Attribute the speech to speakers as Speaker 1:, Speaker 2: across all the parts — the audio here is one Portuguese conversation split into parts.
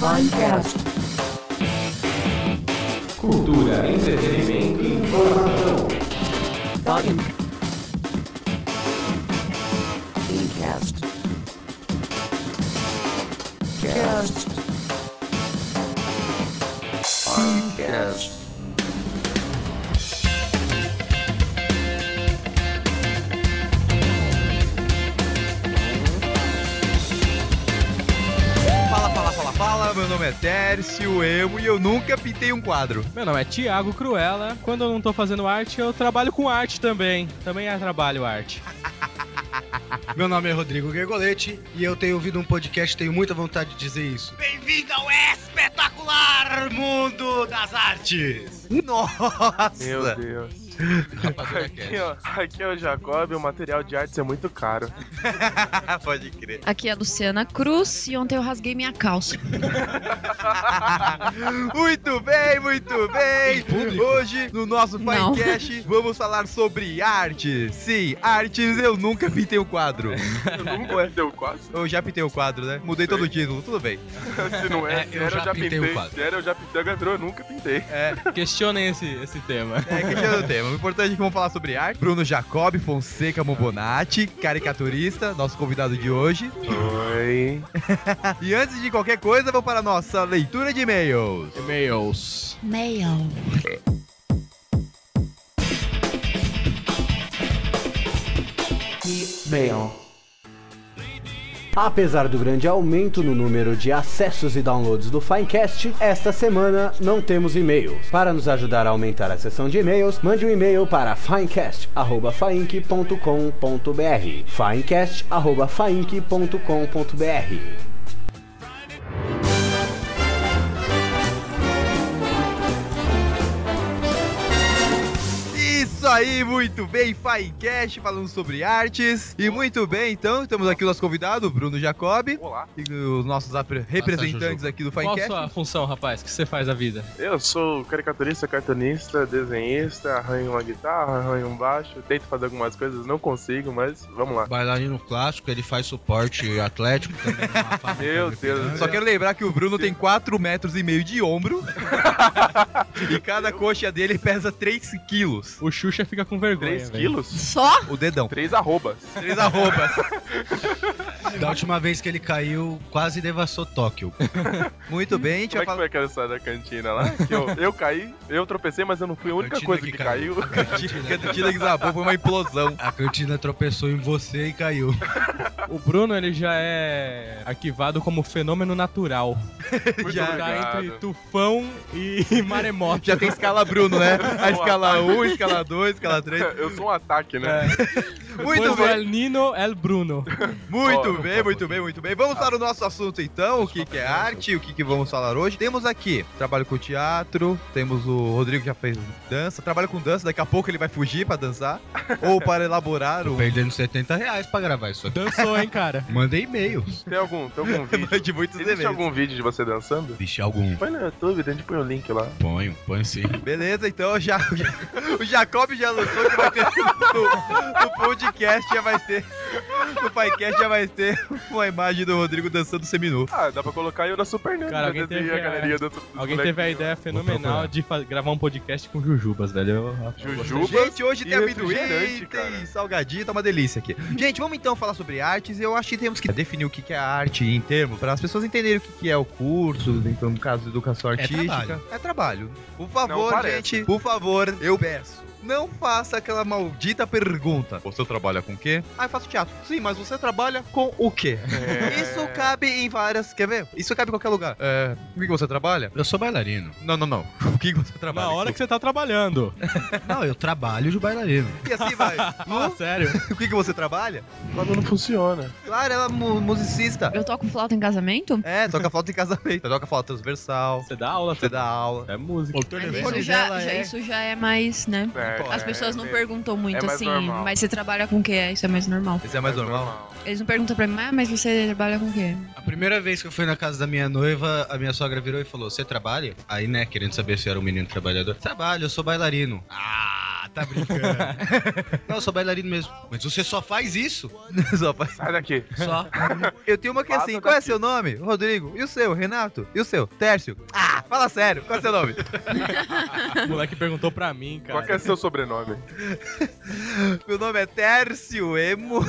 Speaker 1: Minecraft.
Speaker 2: Cultura, entretenimento e informação.
Speaker 1: Volume. Incast. Cast. Uncast.
Speaker 3: Fala, fala, fala, fala, meu nome é Tércio Emo e eu nunca pintei um quadro.
Speaker 4: Meu nome é Thiago Cruella. Quando eu não tô fazendo arte, eu trabalho com arte também. Também é trabalho arte.
Speaker 5: Meu nome é Rodrigo Gregolete e eu tenho ouvido um podcast, tenho muita vontade de dizer isso. Bem-vindo ao espetacular mundo das artes!
Speaker 3: Nossa!
Speaker 6: Meu Deus. Aqui, ó, aqui é o Jacob, o material de artes é muito caro.
Speaker 3: Pode crer.
Speaker 7: Aqui é a Luciana Cruz e ontem eu rasguei minha calça.
Speaker 3: Muito bem, muito bem. Hoje, no nosso
Speaker 7: Não.
Speaker 3: podcast, vamos falar sobre arte. Sim, artes, eu nunca pintei um quadro.
Speaker 6: Eu nunca deu quase.
Speaker 3: Eu já pintei o quadro, né? Mudei todo o título, tudo bem.
Speaker 6: Se não é, se era, eu já, pintei. Se era, eu já pintei. Agora virou, eu nunca pintei.
Speaker 4: Questionem esse, esse tema.
Speaker 3: É, que já é o tema. O importante é que vamos falar sobre arte. Bruno Jacob, Fonseca Mobonati, caricaturista, nosso convidado de hoje.
Speaker 6: Oi.
Speaker 3: E antes de qualquer coisa, vamos para a nossa leitura de e-mails.
Speaker 4: E-mails.
Speaker 7: Mail.
Speaker 8: Mail. Apesar do grande aumento no número de acessos e downloads do Finecast, esta semana não temos e-mails. Para nos ajudar a aumentar a seção de e-mails, mande um e-mail para finecast@fainc.com.br. finecast@fainc.com.br.
Speaker 3: Isso aí, muito bem, Finecast falando sobre artes. E muito bem, então, temos aqui o nosso convidado, Bruno Jacob,
Speaker 6: Olá.
Speaker 3: e os nossos apre- representantes aqui do
Speaker 4: Qual a
Speaker 3: Finecast.
Speaker 4: sua função, rapaz? O que você faz da vida?
Speaker 6: Eu sou caricaturista, cartunista, desenhista, arranho uma guitarra, arranho um baixo, tento fazer algumas coisas, não consigo, mas vamos lá.
Speaker 5: Bailarino clássico, ele faz suporte atlético também. numa fábrica
Speaker 6: Meu
Speaker 5: de
Speaker 6: Deus.
Speaker 5: piranga.
Speaker 3: Só quero lembrar que o Bruno tem 4 metros e meio de ombro e cada coxa dele pesa 3 quilos.
Speaker 4: O Xuxa fica com vergonha.
Speaker 6: 3
Speaker 4: velho.
Speaker 6: quilos?
Speaker 7: Só?
Speaker 3: O dedão.
Speaker 6: 3 arrobas.
Speaker 3: 3 arrobas.
Speaker 5: Da última vez que ele caiu, quase devassou Tóquio.
Speaker 3: Muito bem, a gente vai
Speaker 6: Como é que
Speaker 3: falar.
Speaker 6: foi aquela história da cantina lá? Que eu, eu caí, eu tropecei, mas eu não fui a única
Speaker 5: Cantina
Speaker 6: coisa
Speaker 5: que
Speaker 6: que caiu.
Speaker 3: Cantina que desabou foi uma implosão.
Speaker 5: A cantina tropeçou em você e caiu.
Speaker 4: O Bruno, ele já é arquivado como fenômeno natural.
Speaker 6: Muito
Speaker 3: Já
Speaker 4: Tá
Speaker 6: obrigado.
Speaker 4: entre tufão e maremoto.
Speaker 3: Já tem escala Bruno, né? A escala 1, escala 2, escala 3.
Speaker 6: Eu sou um ataque, né?
Speaker 3: Muito
Speaker 4: Pois o
Speaker 3: bem.
Speaker 4: El Nino, El Bruno.
Speaker 3: Muito
Speaker 6: Ó, Ah. não
Speaker 3: bem,
Speaker 6: pode.
Speaker 3: muito bem, muito bem. Vamos para o nosso assunto então, o que, que é arte, o que, que vamos falar hoje. Temos aqui, trabalho com teatro, temos o Rodrigo que já fez dança, trabalho com dança, daqui a pouco ele vai fugir para dançar, ou para elaborar um...
Speaker 5: Perdendo 70 reais pra gravar isso aqui.
Speaker 4: Dançou, hein, cara?
Speaker 5: Mandei e-mail.
Speaker 6: Tem algum, tem algum vídeo?
Speaker 3: de muitos
Speaker 6: Existe
Speaker 3: eventos.
Speaker 6: algum vídeo de você dançando?
Speaker 5: Vixe, algum.
Speaker 6: Põe no YouTube, a gente põe o link lá.
Speaker 5: Ponho, põe sim.
Speaker 3: Beleza, então já, já- o Jacob já lançou que vai ter no, no podcast, já vai ter, no podcast já vai ter uma imagem do Rodrigo dançando seminu.
Speaker 6: Ah, dá pra colocar eu na Super Nintendo.
Speaker 4: Cara, alguém
Speaker 6: né? Tem
Speaker 4: teve
Speaker 6: a
Speaker 4: a-
Speaker 6: galeria do do
Speaker 4: Alguém
Speaker 6: moleque
Speaker 4: teve a ideia fenomenal de fa- gravar um podcast com Jujubas, velho. Eu-
Speaker 6: Jujuba.
Speaker 3: Gente, hoje
Speaker 6: e
Speaker 3: tem amendoim,
Speaker 6: refrigerante,
Speaker 3: tem
Speaker 6: cara.
Speaker 3: salgadinho, tá uma delícia aqui. Gente, vamos então falar sobre artes. Eu acho que temos que definir o que que é arte em termos, para as pessoas entenderem o que que é o curso, então no caso de educação artística.
Speaker 5: trabalho.
Speaker 3: É trabalho. Por favor,
Speaker 6: Não parece.
Speaker 3: gente, por favor, eu peço. Não faça aquela maldita pergunta. Você trabalha com o quê? Ah, eu faço teatro. Sim, mas você trabalha com o quê?
Speaker 6: É.
Speaker 3: Isso cabe em várias. Quer ver? Isso cabe em qualquer lugar. É. O que que você trabalha?
Speaker 5: Eu sou bailarino.
Speaker 3: Não, não, não. O que que você trabalha?
Speaker 4: Na hora que você tá trabalhando.
Speaker 5: Não, eu trabalho de bailarino.
Speaker 3: E assim vai.
Speaker 4: Fala
Speaker 3: Lu,
Speaker 4: Ah, sério.
Speaker 3: o que que você trabalha?
Speaker 6: Quando não funciona.
Speaker 3: Claro, ela é mu- musicista.
Speaker 7: Eu toco flauta em casamento?
Speaker 3: É, toca flauta em casamento. Toca flauta transversal.
Speaker 4: Você dá aula,
Speaker 3: Você dá aula.
Speaker 4: É música.
Speaker 7: Mas isso já, já- isso já é mais, né?
Speaker 6: É,
Speaker 7: As
Speaker 6: é,
Speaker 7: pessoas não
Speaker 6: é,
Speaker 7: perguntam muito
Speaker 6: é mais
Speaker 7: assim,
Speaker 6: normal.
Speaker 7: mas você trabalha com o que? Isso é mais normal.
Speaker 3: Isso é mais normal.
Speaker 7: Eles não perguntam pra mim, ah, mas você trabalha com o quê?
Speaker 5: A primeira vez que eu fui na casa da minha noiva, a minha sogra virou e falou: Você trabalha? Aí, né, querendo saber se eu era um menino trabalhador. Trabalho, eu sou bailarino. Ah,
Speaker 3: tá brincando.
Speaker 5: Não, eu sou bailarino mesmo. Mas você só faz isso?
Speaker 3: Só pra-
Speaker 6: Sai daqui.
Speaker 5: Só.
Speaker 3: Eu tenho uma que é assim,
Speaker 6: Passa
Speaker 3: qual é
Speaker 6: daqui.
Speaker 3: seu nome? Rodrigo. E o seu? Renato? E o seu? Tércio? Ah, fala sério, qual é seu nome?
Speaker 4: O moleque perguntou pra mim, cara.
Speaker 6: Qual que é seu sobrenome?
Speaker 3: Meu nome é Tércio Emo.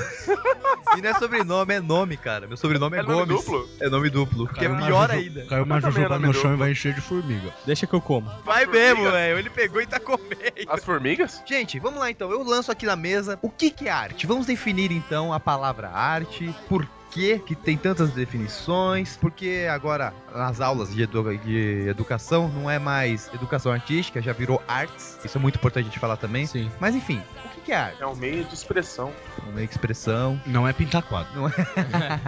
Speaker 3: E não é sobrenome, é nome, cara. Meu sobrenome é,
Speaker 6: É nome
Speaker 3: Gomes.
Speaker 6: duplo?
Speaker 3: É nome duplo, que é
Speaker 9: Caiu uma
Speaker 3: pior
Speaker 9: juju-
Speaker 3: ainda.
Speaker 9: Caiu uma
Speaker 6: Eu também é
Speaker 9: jujuba
Speaker 6: era
Speaker 9: no chão
Speaker 6: medroso.
Speaker 9: e vai encher de formiga.
Speaker 4: Deixa que eu como.
Speaker 3: Vai
Speaker 6: formiga.
Speaker 3: mesmo, velho. Ele pegou e tá comendo.
Speaker 6: As formigas?
Speaker 3: Gente, vamos lá então. Eu lanço aqui na mesa o que, que é arte. Vamos definir então a palavra arte, por que que tem tantas definições, porque agora nas aulas de, edu- de educação não é mais educação artística, já virou artes. Isso é muito importante a gente falar também.
Speaker 9: Sim.
Speaker 3: Mas enfim, o que, que é arte?
Speaker 6: É um meio de expressão.
Speaker 3: É Uma expressão.
Speaker 9: Não é pintar quadro.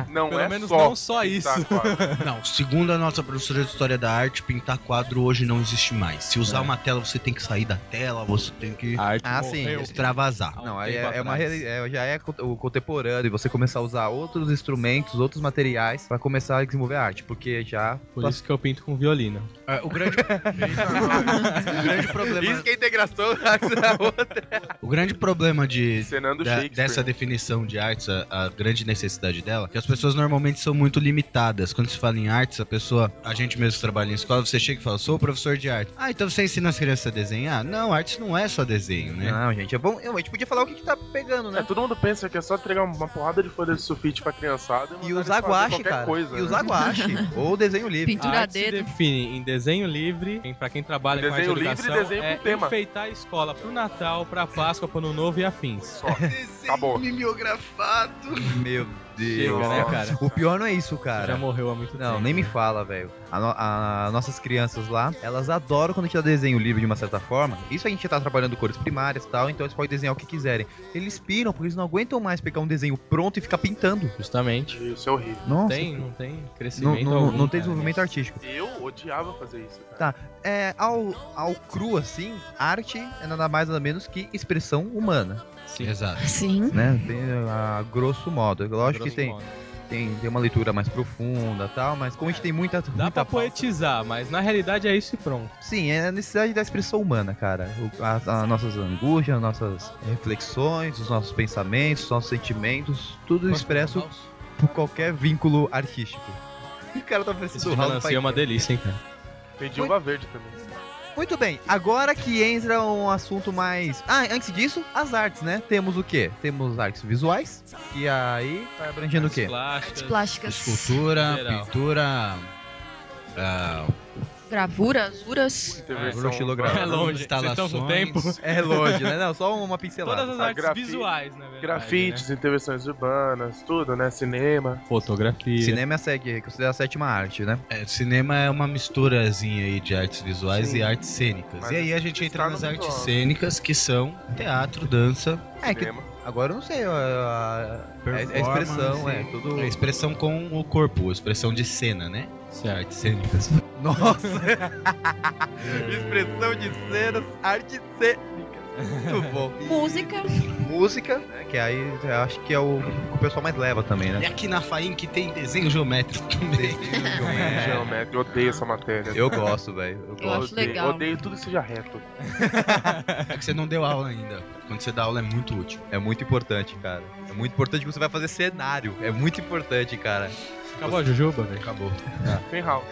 Speaker 6: Não
Speaker 4: Pelo
Speaker 6: é
Speaker 4: menos
Speaker 6: só.
Speaker 4: não só isso.
Speaker 6: pintar quadro.
Speaker 9: Não, segundo a nossa professora de História da Arte, pintar quadro hoje não existe mais. Se usar uma tela, você tem que sair da tela, você tem que
Speaker 4: A arte
Speaker 3: Ah, sim.
Speaker 4: morreu.
Speaker 9: extravasar.
Speaker 4: Há um
Speaker 3: Não, aí
Speaker 4: tempo
Speaker 3: é, é uma
Speaker 4: atrás.
Speaker 3: reali- é, já é co- o contemporâneo e você começar a usar outros instrumentos, outros materiais pra começar a desenvolver arte, porque já
Speaker 4: Por isso que eu pinto com violina.
Speaker 9: É, o, grande, o grande problema,
Speaker 3: que é integração da outra.
Speaker 9: o grande problema de,
Speaker 6: Encenando
Speaker 9: da-
Speaker 6: Shakespeare.
Speaker 9: dessa definição de artes, a, a grande necessidade dela, é que as pessoas normalmente são muito limitadas. Quando se fala em artes, a pessoa, a gente mesmo que trabalha em escola, você chega e fala, sou professor de arte. Ah, então você ensina as crianças a desenhar? Não, artes não é só desenho, né?
Speaker 3: Não, gente, é bom. A gente podia falar o que, que tá pegando,
Speaker 6: É,
Speaker 3: né?
Speaker 6: todo mundo pensa que é só entregar uma porrada de folha de sulfite pra criançada
Speaker 3: E usar
Speaker 6: mandar eles É, fazer
Speaker 3: guache,
Speaker 6: qualquer
Speaker 3: cara.
Speaker 6: Coisa,
Speaker 3: e usar
Speaker 6: né?
Speaker 3: guache. Ou desenho livre.
Speaker 6: Ah,
Speaker 7: Pintura
Speaker 4: a
Speaker 7: a
Speaker 4: arte se
Speaker 7: dedo.
Speaker 4: define em desenho livre, em, pra quem trabalha
Speaker 6: Desenho
Speaker 4: com arte e
Speaker 6: livre e
Speaker 4: educação,
Speaker 6: desenho com
Speaker 4: é
Speaker 6: tema.
Speaker 4: enfeitar a escola pro Natal, pra Páscoa, pro Ano Novo e afins.
Speaker 6: Só. Acabou.
Speaker 5: mimeografado.
Speaker 3: Meu
Speaker 4: Chega, né,
Speaker 6: Nossa.
Speaker 4: cara?
Speaker 3: O pior não é isso,
Speaker 4: Já
Speaker 3: cara.
Speaker 4: morreu há muito tempo.
Speaker 3: Não, nem me
Speaker 4: né?
Speaker 3: fala, velho. A no- a- nossas crianças lá, elas adoram quando a gente dá desenho livre de uma certa forma. Isso a gente já tá trabalhando cores primárias e tal, então eles podem desenhar o que quiserem. Eles piram, porque eles não aguentam mais pegar um desenho pronto e ficar pintando.
Speaker 4: Justamente.
Speaker 6: Isso é horrível.
Speaker 3: Nossa.
Speaker 4: Tem, né? não tem
Speaker 3: Não,
Speaker 4: crescimento
Speaker 3: não-
Speaker 4: algum,
Speaker 3: não
Speaker 4: cara,
Speaker 3: tem desenvolvimento
Speaker 4: nisso.
Speaker 3: artístico.
Speaker 6: Eu odiava fazer isso, cara.
Speaker 3: Tá. É, ao, ao cru, assim, arte é nada mais nada menos que expressão humana.
Speaker 4: Sim.
Speaker 9: Exato.
Speaker 7: Sim.
Speaker 3: né? Tem, a grosso modo. Eu acho que
Speaker 4: Grosso
Speaker 3: tem,
Speaker 4: modo. É.
Speaker 3: tem, tem uma leitura mais profunda e tal, mas como a gente tem muita.
Speaker 4: Dá
Speaker 3: muita
Speaker 4: pra
Speaker 3: pauta-
Speaker 4: poetizar, mas na realidade é isso e pronto.
Speaker 3: Sim, é a necessidade da expressão humana, cara. O- As as nossas angústias, as nossas reflexões, os nossos pensamentos, os nossos sentimentos, tudo expresso por qualquer vínculo artístico. O cara tá
Speaker 4: Esse
Speaker 3: oferecendo ralo pra
Speaker 4: melancia é uma delícia, hein, cara?
Speaker 6: Pedi uva verde também.
Speaker 3: Muito bem, agora que entra um assunto mais. Ah, antes disso, as artes, né? Temos o quê? Temos artes visuais, e aí tá abrangendo o quê?
Speaker 4: Plásticas.
Speaker 7: Artes plásticas.
Speaker 9: Escultura,
Speaker 4: Geral.
Speaker 9: pintura. ah,
Speaker 7: Gravuras, uras.
Speaker 6: Intervenção.
Speaker 3: estilografia.
Speaker 4: É longe, vocês
Speaker 9: instalações.
Speaker 4: estão com tempo?
Speaker 3: É longe, né? Não, só uma pincelada.
Speaker 4: Todas as
Speaker 6: a
Speaker 4: artes
Speaker 6: grafi-
Speaker 4: visuais, né, na verdade.
Speaker 6: Grafites, intervenções urbanas, tudo, né? Cinema.
Speaker 4: né? Fotografia.
Speaker 3: Cinema é a segue, considera a sétima arte, né?
Speaker 9: é, cinema é uma misturazinha aí de artes visuais
Speaker 6: Sim.
Speaker 9: e artes cênicas.
Speaker 6: Mas
Speaker 9: e é aí a gente
Speaker 6: está
Speaker 9: entra
Speaker 6: tá no
Speaker 9: nas
Speaker 6: visual.
Speaker 9: artes cênicas que são teatro, dança,
Speaker 3: É que
Speaker 6: Cinema.
Speaker 3: agora eu não sei, a,
Speaker 9: É,
Speaker 3: a- a- a expressão, é tudo.
Speaker 9: a expressão com o corpo, a expressão de cena, né? Isso é artes cênicas.
Speaker 3: Nossa! expressão de cenas, arte cênica. Muito bom.
Speaker 7: Música.
Speaker 3: Música, né, que aí eu acho que é o que o pessoal mais leva também,
Speaker 9: E
Speaker 3: né?
Speaker 9: aqui na FAIN que tem desenho geométrico também.
Speaker 3: É,
Speaker 6: Geométrica. Eu odeio essa matéria.
Speaker 3: eu gosto, velho. Eu
Speaker 7: Eu
Speaker 3: gosto.
Speaker 7: acho
Speaker 6: odeio,
Speaker 7: legal.
Speaker 6: odeio tudo que seja reto.
Speaker 9: É que você não deu aula ainda. Quando você dá aula é muito útil.
Speaker 3: É muito importante, cara. É muito importante que você vai fazer cenário. É muito importante, cara.
Speaker 4: Acabou a Jujuba, velho?
Speaker 9: Acabou.
Speaker 6: Tem Raul.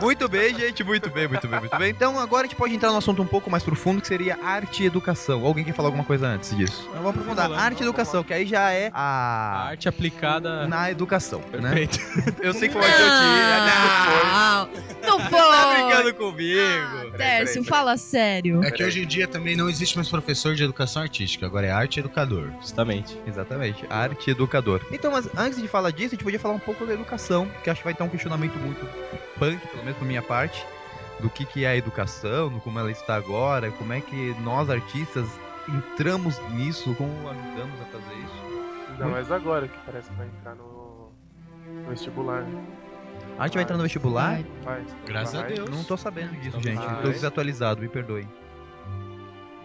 Speaker 3: Muito bem, gente, muito bem, muito bem, muito bem. Então agora a gente pode entrar num assunto um pouco mais profundo que seria arte e educação. Alguém quer falar alguma coisa antes disso? Eu vou aprofundar. Arte e educação, que aí já é
Speaker 4: A
Speaker 3: a
Speaker 4: arte aplicada.
Speaker 3: na educação, né?
Speaker 4: Perfeito.
Speaker 3: Eu sei como é que eu tinha.
Speaker 7: Não,
Speaker 3: Tá
Speaker 7: não foi.
Speaker 3: brincando comigo.
Speaker 7: Tércio, fala sério.
Speaker 9: É que hoje em dia também não existe mais professor de educação artística, agora é arte educador.
Speaker 4: Justamente.
Speaker 3: Exatamente, arte e educador. Então, mas antes de falar disso, a gente podia falar um pouco da educação, que acho que vai ter um questionamento muito punk, pelo menos por minha parte, do que, que é a educação, do como ela está agora, como é que nós artistas entramos nisso, como ajudamos a fazer isso.
Speaker 6: Ainda mais agora que parece que vai entrar no no vestibular.
Speaker 3: A gente vai entrar no vestibular?
Speaker 6: Vai.
Speaker 9: Graças a
Speaker 6: Vai.
Speaker 9: Deus.
Speaker 3: Não tô sabendo disso,
Speaker 9: Então
Speaker 3: gente.
Speaker 6: vai.
Speaker 3: Eu tô desatualizado, me perdoem.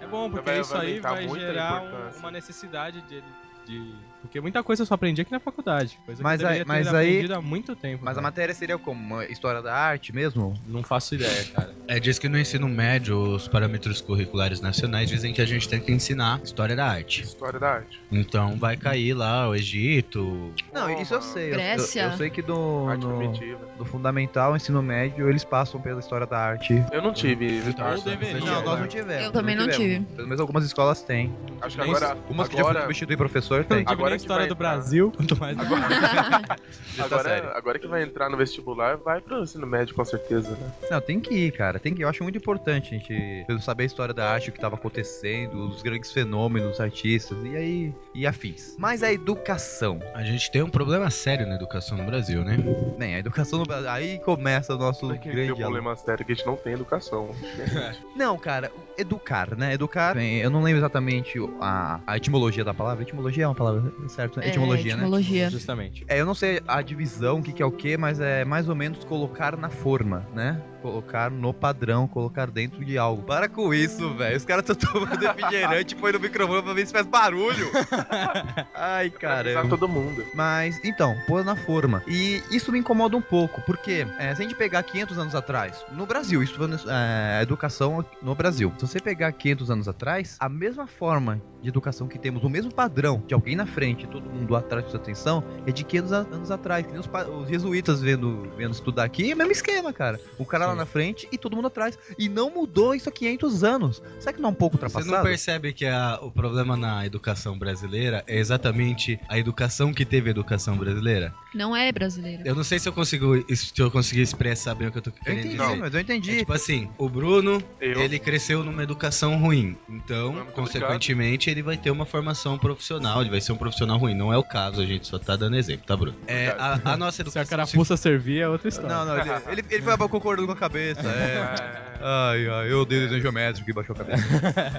Speaker 4: É bom, porque
Speaker 6: Vai-
Speaker 4: isso
Speaker 6: vai
Speaker 4: aí
Speaker 6: aumentar
Speaker 4: vai
Speaker 6: muito a
Speaker 4: gerar
Speaker 6: importância.
Speaker 4: um- uma necessidade de, de- Porque muita coisa eu só aprendi aqui na faculdade. Coisa
Speaker 3: Mas
Speaker 4: que eu
Speaker 3: aí-
Speaker 4: deveria ter
Speaker 3: mas aí-
Speaker 4: aprendido há muito tempo.
Speaker 3: Mas a
Speaker 4: cara.
Speaker 3: matéria seria como? Uma História da arte mesmo?
Speaker 4: Não faço ideia, cara.
Speaker 9: É, diz que no ensino médio, os parâmetros curriculares nacionais dizem que a gente tem que ensinar história da arte.
Speaker 6: História da arte.
Speaker 9: Então vai cair lá o Egito.
Speaker 3: Não,
Speaker 6: Roma,
Speaker 3: isso eu sei. eu-
Speaker 7: Grécia.
Speaker 3: Eu, eu sei que do,
Speaker 6: Arte
Speaker 3: no,
Speaker 6: primitiva.
Speaker 3: do fundamental, ensino médio, eles passam pela história da arte.
Speaker 6: Eu não tive.
Speaker 9: Ou
Speaker 6: Vitor.
Speaker 9: deveria,
Speaker 3: Não,
Speaker 6: Não,
Speaker 9: né?
Speaker 3: nós
Speaker 6: agora-
Speaker 3: não tivemos.
Speaker 7: Eu também não
Speaker 3: tivemos. Pelo menos algumas escolas têm.
Speaker 6: Acho que agora.
Speaker 3: Uma que tipo já foi
Speaker 6: agora,
Speaker 3: substituir professor
Speaker 4: Eu
Speaker 3: tem.
Speaker 4: não tive
Speaker 6: Agora
Speaker 4: nem
Speaker 6: que
Speaker 4: história
Speaker 6: vai
Speaker 4: do
Speaker 6: entrar.
Speaker 4: Brasil, quanto mais.
Speaker 6: agora, agora que vai entrar no vestibular, vai pro ensino médio com certeza, né?
Speaker 3: Não, tem que ir, cara. Tem que ir. Eu acho muito importante a gente saber a história da arte, o que estava acontecendo, os grandes fenômenos, os artistas e aí e afins. Mas a educação,
Speaker 9: A gente tem um problema sério na educação no Brasil, né?
Speaker 3: né? A educação no Brasil, aí começa o nosso
Speaker 6: Tem que ter um
Speaker 3: grande problema.
Speaker 6: problema sério que a gente não tem educação.
Speaker 3: Não, cara, educar, né? Educar, bem, eu não lembro exatamente o- a, a etimologia da palavra. Etimologia é uma palavra, certo? né?
Speaker 7: É,
Speaker 3: etimologia, né?
Speaker 7: etimologia.
Speaker 4: Justamente.
Speaker 3: É, eu não sei a divisão, o que, que é o que, mas é mais ou menos colocar na forma, né? Colocar no padrão, colocar dentro de algo. Para com isso, velho. Os caras estão tomando refrigerante, põe no microfone pra ver se faz barulho. Ai,
Speaker 6: Pra
Speaker 3: caramba.
Speaker 6: todo mundo.
Speaker 3: Mas, então, pôr na forma. E isso me incomoda um pouco, porque é, se a gente pegar 500 anos atrás, no Brasil, isso foi é, a educação no Brasil. Se você pegar 500 anos atrás, a mesma forma de educação que temos, o mesmo padrão de alguém na frente e todo mundo atrás de sua atenção, é de 500 a- anos atrás. Que nem os, pa- os jesuítas vendo, vendo estudar aqui, é o mesmo esquema, cara. O cara lá
Speaker 9: Sim.
Speaker 3: na frente e todo mundo atrás. E não mudou isso há 500 anos. Será que não é um pouco
Speaker 9: Você
Speaker 3: ultrapassado?
Speaker 9: não percebe que a- o problema na educação brasileira é exatamente a educação que teve a educação brasileira?
Speaker 7: Não é brasileira.
Speaker 9: Eu não sei se eu consigo, se eu consegui expressar bem o que eu tô
Speaker 3: Eu
Speaker 9: querendo
Speaker 3: entendi,
Speaker 9: dizer.
Speaker 3: mas eu
Speaker 9: É
Speaker 3: entendi.
Speaker 9: tipo assim, o Bruno,
Speaker 6: Eu.
Speaker 9: ele é cresceu numa educação ruim. Então,
Speaker 6: Muito
Speaker 9: consequentemente, ele vai ter uma formação profissional, ele vai ser um profissional ruim. Não é o caso, a gente só tá dando exemplo, tá, Bruno? É, a, a nossa
Speaker 4: Se a
Speaker 9: educação.
Speaker 4: carapuça servir é outra história.
Speaker 3: Não, não, ele, ele, ele
Speaker 9: né?
Speaker 3: foi concordando com a cabeça, é. Ai, ai, eu odeio desenho geométrico que baixou a cabeça.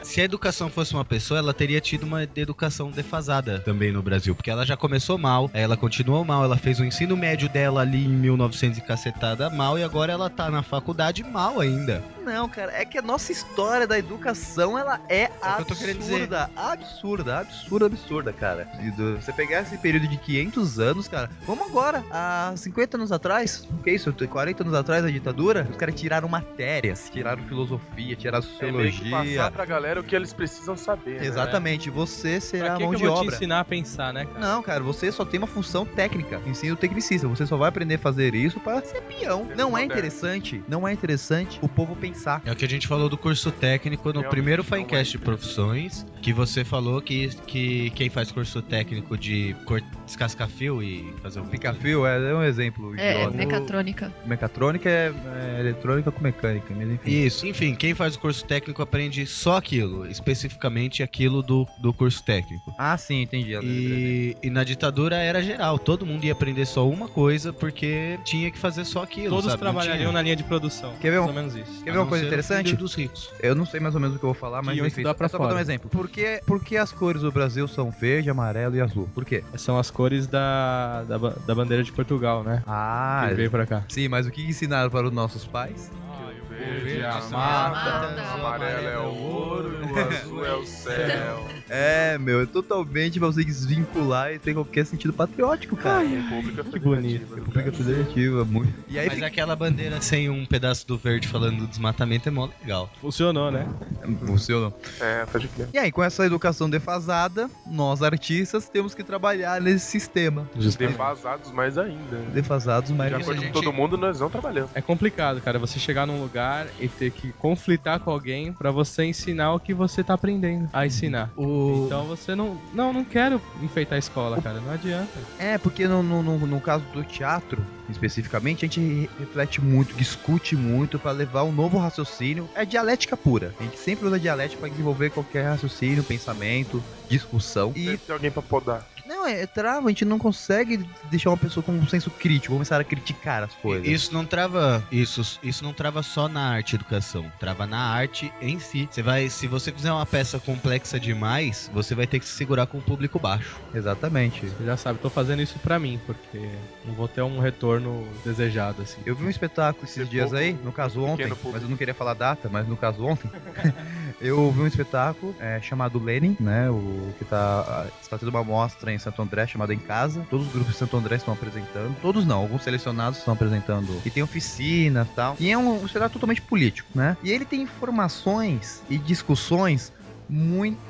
Speaker 9: Se a educação fosse uma pessoa, ela teria tido uma educação defasada também no Brasil, porque ela já começou mal, aí ela continuou mal, ela fez o ensino médio dela ali em 1900 e cacetada mal, e agora ela tá na faculdade mal ainda.
Speaker 3: Não, cara, é que a nossa história da educação, ela é
Speaker 9: o que eu tô querendo dizer.
Speaker 3: absurda, absurda, absurda, absurda, cara. E do- Você pegar esse período de 500 anos, cara, vamos agora, há 50 anos atrás, o que é isso, 40 anos atrás da ditadura, os caras tiraram matérias, tiraram filosofia, tiraram
Speaker 6: É meio que
Speaker 3: sociologia.
Speaker 6: passar pra galera o que eles precisam saber. né?
Speaker 3: Exatamente, você será
Speaker 4: Pra
Speaker 3: a
Speaker 4: que,
Speaker 3: mão
Speaker 4: que eu
Speaker 3: de
Speaker 4: vou
Speaker 3: obra.
Speaker 4: te ensinar a pensar, né, cara?
Speaker 3: Não, cara, você só tem uma função técnica. Ensino tecnicista. Você só vai aprender a fazer isso pra ser peão. Não é interessante, não é interessante o povo pensar.
Speaker 9: É o que a gente falou do curso técnico no
Speaker 6: Realmente,
Speaker 9: primeiro
Speaker 6: não é
Speaker 9: Finecast de profissões, que você falou que, que quem faz curso técnico de cor- descascar fio e fazer um
Speaker 3: Pica-fio é, é um exemplo.
Speaker 7: É,
Speaker 3: idiota.
Speaker 7: mecatrônica.
Speaker 3: Mecatrônica é, é eletrônica com mecânica, mas enfim.
Speaker 9: Isso, enfim, quem faz o curso técnico aprende só aquilo, especificamente aquilo do, do curso técnico.
Speaker 3: Ah, sim, entendi. ela lembrei.
Speaker 9: E, e na ditadura era geral, todo mundo ia aprender só uma coisa porque tinha que fazer só aquilo.
Speaker 4: Todos
Speaker 9: sabe? Não
Speaker 4: trabalhariam
Speaker 9: tinha.
Speaker 4: na linha de produção.
Speaker 3: Quer ver um-
Speaker 4: Mais ou menos isso.
Speaker 3: Quer
Speaker 9: A
Speaker 3: ver
Speaker 9: não
Speaker 3: uma coisa
Speaker 9: ser o
Speaker 3: interessante?
Speaker 9: filho dos ricos.
Speaker 3: Eu não sei mais ou menos o que eu vou falar, mas
Speaker 4: Que iam
Speaker 3: enfim,
Speaker 4: estudar pra
Speaker 3: é só pra dar um
Speaker 4: fora.
Speaker 3: exemplo. Por que, por que as cores do Brasil são verde, amarelo e azul? Por quê?
Speaker 4: São as cores da, da, ba- da bandeira de Portugal, né?
Speaker 3: Ah,
Speaker 4: que veio pra cá.
Speaker 3: sim, mas o que ensinaram para os nossos pais?
Speaker 6: O verde,
Speaker 4: a
Speaker 6: a
Speaker 7: mata,
Speaker 6: mata,
Speaker 7: o
Speaker 6: o amarelo é o ouro, e o azul é o céu.
Speaker 3: É, meu, é totalmente pra você desvincular e ter qualquer sentido patriótico, cara.
Speaker 6: República
Speaker 4: que bonito.
Speaker 6: Federativa do
Speaker 3: República Federativa, é muito. E aí,
Speaker 9: Mas aquela bandeira sem um pedaço do verde falando do desmatamento é mó legal.
Speaker 4: Funcionou, né?
Speaker 3: fica- o seu não.
Speaker 6: Brasil. É, pode crer.
Speaker 3: E aí, com essa educação defasada, nós artistas temos que trabalhar nesse sistema.
Speaker 6: Defasados mais ainda. né?
Speaker 3: Defasados, mas.
Speaker 6: De acordo com todo mundo, nós não trabalhamos.
Speaker 4: É complicado, cara, você chegar num lugar e ter que conflitar com alguém pra você ensinar o que você tá aprendendo a ensinar.
Speaker 9: O...
Speaker 4: Então você não. Não, não quero enfeitar a escola, cara. Não adianta.
Speaker 3: É, porque no, no, no, no caso do teatro, especificamente, a gente reflete muito, discute muito pra levar um novo raciocínio. É dialética pura. A gente sempre usa dialética pra desenvolver qualquer raciocínio, pensamento, discussão. E
Speaker 6: Tem que ter alguém pra podar.
Speaker 3: Não, é, é trava, a gente não consegue deixar uma pessoa com um senso crítico, começar a criticar as coisas.
Speaker 9: Isso não trava isso, isso não trava só na arte e educação, trava na arte em si. Você vai, se você fizer uma peça complexa demais, você vai ter que se segurar com o público baixo.
Speaker 3: Exatamente.
Speaker 4: Você já sabe, tô fazendo isso pra mim, porque não vou ter um retorno desejado, assim.
Speaker 3: Eu vi um espetáculo esses
Speaker 6: Ser
Speaker 3: dias
Speaker 6: pouco-
Speaker 3: aí, no caso ontem,
Speaker 6: pequeno público.
Speaker 3: mas eu não queria falar data, mas no caso ontem, Eu vi um espetáculo é, chamado Lenin, né? O que tá, está tendo uma mostra em Santo André chamada Em Casa. Todos os grupos de Santo André estão apresentando. Todos não, alguns selecionados estão apresentando. E tem oficina e tal. E é um, um espetáculo totalmente político, né? E ele tem informações e discussões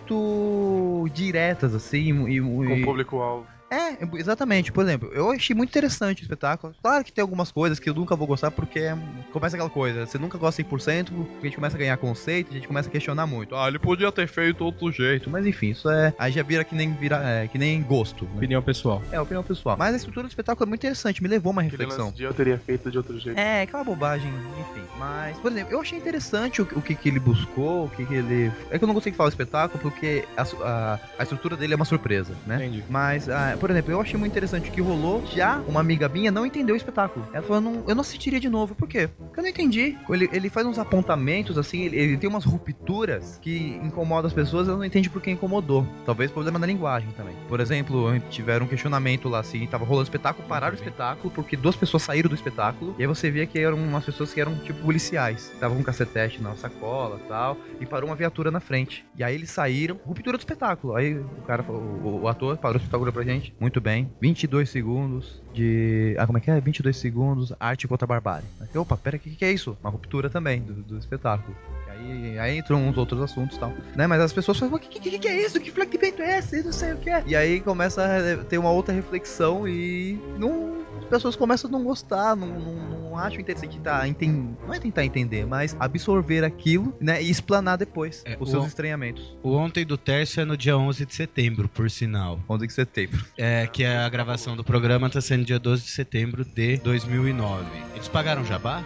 Speaker 3: muito diretas, assim, e,
Speaker 6: Com
Speaker 3: e-
Speaker 6: o público-alvo.
Speaker 3: é, exatamente. Por exemplo, eu achei muito interessante o espetáculo. Claro que tem algumas coisas que eu nunca vou gostar porque é, começa aquela coisa, você nunca gosta 100%, porque a gente começa a ganhar conceito, a gente começa a questionar muito. Ah, ele podia ter feito outro jeito, mas enfim, isso é, aí já vira que nem vira, é, que nem gosto, né?
Speaker 4: Opinião pessoal.
Speaker 3: É, opinião pessoal. Mas a estrutura do espetáculo é muito interessante, me levou a uma
Speaker 6: Aquele
Speaker 3: reflexão.
Speaker 6: lance de eu teria feito de outro jeito.
Speaker 3: É, aquela bobagem, enfim. Mas, por exemplo, eu achei interessante o, o que, que ele buscou, o que, que ele. É que eu não consigo falar o espetáculo porque a, su- a, a estrutura dele é uma surpresa, né?
Speaker 4: Entendi.
Speaker 3: Mas, ah, por exemplo, eu achei muito interessante o que rolou. Já uma amiga minha não entendeu o espetáculo. Ela falou, não, eu não assistiria de novo. Por quê? Porque eu não entendi. Ele, ele faz uns apontamentos, assim, ele, ele tem umas rupturas que incomodam as pessoas. Ela não entende por que incomodou. Talvez problema na linguagem também. Por exemplo, tiveram um questionamento lá, assim, tava rolando espetáculo, pararam o espetáculo, porque duas pessoas saíram do espetáculo. E aí você via que eram umas pessoas que eram, tipo, policiais. Estavam com cacetete na sacola e tal e parou uma viatura na frente. E aí eles saíram, ruptura do espetáculo. Aí o cara, falou- o, o ator parou o espetáculo pra gente. Muito bem. 22 segundos de. Ah, como é que é? 22 segundos, arte contra a barbárie. Aí, Opa, pera, o que, que é isso? Uma ruptura também do, do espetáculo. E aí, aí entram uns outros assuntos e tal. Né? Mas as pessoas falam, o que, que, que é isso? Que fragmento é esse? Não sei o que é. E aí começa a ter uma outra reflexão e não, as pessoas começam a não gostar, não, não, não acham interessante tá, enten... não é tentar entender, mas absorver aquilo, né, e explanar depois
Speaker 9: É,
Speaker 3: os
Speaker 9: o-
Speaker 3: seus estranhamentos.
Speaker 9: O Ontem do Terço é no dia 11 de setembro, por sinal.
Speaker 3: Onde que você teve?
Speaker 9: É, que a gravação do programa tá sendo dia 12 de setembro de 2009. Eles pagaram jabá?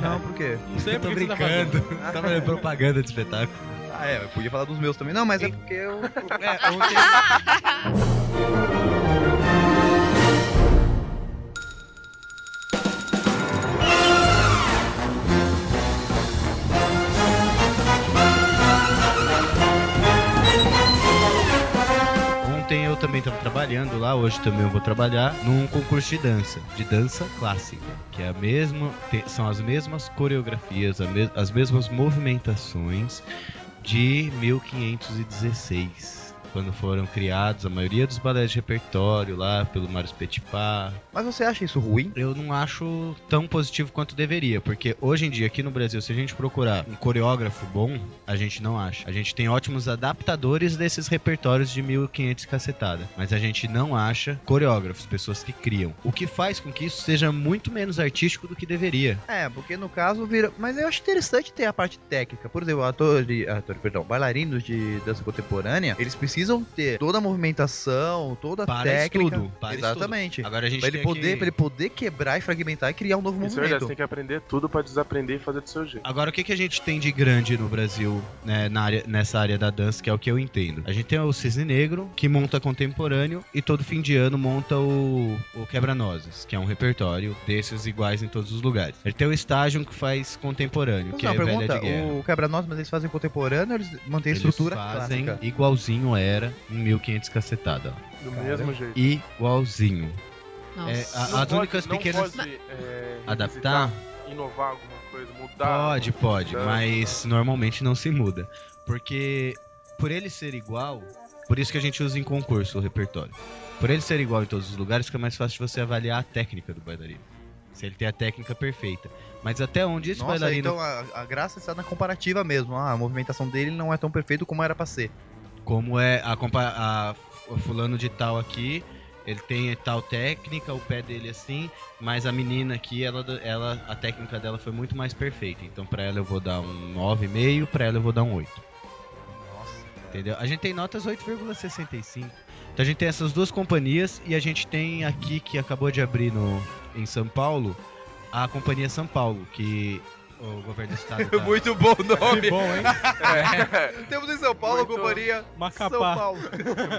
Speaker 3: Não, por quê?
Speaker 4: Não sei
Speaker 9: Tô
Speaker 4: por que você tá
Speaker 9: brincando.
Speaker 4: fazendo.
Speaker 9: Tava fazendo propaganda de espetáculo.
Speaker 3: Ah, é, eu podia falar dos meus também. Não, mas é porque eu...
Speaker 9: É, ontem... Ontem eu também estava trabalhando lá, hoje também eu vou trabalhar num concurso de dança, de dança clássica, que é a mesma, te- são as mesmas coreografias, a mes- as mesmas movimentações de 1516, quando foram criados a maioria dos balés de repertório lá pelo Mário Petipa.
Speaker 3: Mas você acha isso ruim?
Speaker 9: Eu não acho tão positivo quanto deveria, porque hoje em dia aqui no Brasil, se a gente procurar um coreógrafo bom, a gente não acha. A gente tem ótimos adaptadores desses repertórios de 1500 cacetada, mas a gente não acha coreógrafos, pessoas que criam. O que faz com que isso seja muito menos artístico do que deveria.
Speaker 3: É, porque no caso vira... Mas eu acho interessante ter a parte técnica. Por exemplo, ator de... ator, perdão, bailarinos de dança contemporânea, eles precisam ter toda a movimentação, toda a
Speaker 9: Para
Speaker 3: técnica.
Speaker 9: estudo, para estudo.
Speaker 3: Exatamente.
Speaker 9: Agora a gente
Speaker 3: Pra ele,
Speaker 9: tem
Speaker 3: poder,
Speaker 9: que-
Speaker 3: pra ele poder quebrar e fragmentar e criar um novo
Speaker 9: né?
Speaker 6: Isso é
Speaker 3: movimento.
Speaker 6: verdade, você tem que aprender tudo pra desaprender e fazer do seu jeito.
Speaker 9: Agora, o que, que a gente tem de grande no Brasil né, na área, nessa área da dança, que é o que eu entendo? A gente tem o Cisne Negro, que monta contemporâneo, e todo fim de ano monta o, o Quebra-Nozes, que é um repertório desses iguais em todos os lugares. A gente tem o Estágio, que faz contemporâneo,
Speaker 3: Vamos
Speaker 9: que
Speaker 3: dar
Speaker 9: é
Speaker 3: uma
Speaker 9: Velha
Speaker 3: Então, pergunta,
Speaker 9: de Guerra.
Speaker 3: o quebra-nós, mas eles fazem contemporâneo ou eles mantêm a
Speaker 9: Eles
Speaker 3: estrutura
Speaker 9: fazem
Speaker 3: clássica?
Speaker 9: igualzinho era em 1500 cacetada. ó.
Speaker 6: Do mesmo jeito.
Speaker 9: Igualzinho.
Speaker 7: Nossa.
Speaker 9: É, a-
Speaker 6: Não
Speaker 9: as
Speaker 6: pode-
Speaker 9: únicas
Speaker 6: não
Speaker 9: pequenas-
Speaker 6: pode, é,
Speaker 9: Adaptar?
Speaker 6: revisitar, Inovar alguma coisa, mudar.
Speaker 9: Pode, pode,
Speaker 6: Tá.
Speaker 9: mas normalmente não se muda. Porque por ele ser igual, por isso que a gente usa em concurso o repertório. Por ele ser igual em todos os lugares, fica mais fácil de você avaliar a técnica do bailarino. Se ele tem a técnica perfeita. Mas até onde esse
Speaker 3: Nossa,
Speaker 9: bailarino.
Speaker 3: então a, a graça está na comparativa mesmo. Ah, a movimentação dele não é tão perfeita como era pra ser.
Speaker 9: Como é a, compa- a o fulano de tal aqui, ele tem tal técnica, o pé dele assim, mas a menina aqui, ela, ela a técnica dela foi muito mais perfeita. Então pra ela eu vou dar um 9,5, pra ela eu vou dar um 8.
Speaker 3: Nossa.
Speaker 9: Entendeu? A gente tem notas 8,65. Então a gente tem essas duas companhias e a gente tem aqui que acabou de abrir no, em São Paulo a Companhia São Paulo, que o governo do estado. tá-
Speaker 3: Muito bom
Speaker 4: Que
Speaker 3: nome.
Speaker 4: bom, hein?
Speaker 3: Temos em São Paulo
Speaker 6: Muito-
Speaker 3: a companhia São
Speaker 4: Macapá.
Speaker 3: Paulo.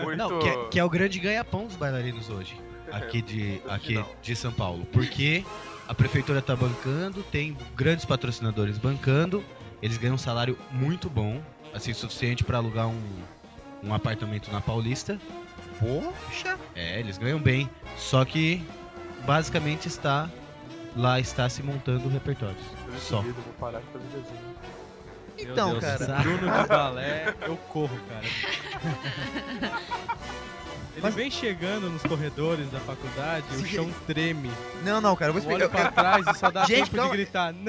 Speaker 6: Muito...
Speaker 9: Não, que é, que é o grande ganha-pão dos bailarinos hoje, aqui de, aqui de São Paulo. Porque a prefeitura tá bancando, tem grandes patrocinadores bancando, eles ganham um salário muito bom, assim, suficiente para alugar um, um apartamento na Paulista.
Speaker 3: Poxa.
Speaker 9: É, eles ganham bem. Só que basicamente está lá está se montando repertórios.
Speaker 6: Eu
Speaker 9: Só.
Speaker 6: decidido, vou parar de fazer desenho.
Speaker 4: Meu
Speaker 3: Então,
Speaker 4: Deus,
Speaker 3: cara.
Speaker 4: Bruno de balé, eu corro, cara. Ele vem chegando nos corredores da faculdade, o chão treme.
Speaker 3: Não, não, cara, eu vou
Speaker 4: Eu olho
Speaker 3: explicar.
Speaker 4: pra trás e só dá
Speaker 3: Gente,
Speaker 4: tempo
Speaker 3: calma.
Speaker 4: de gritar. Não!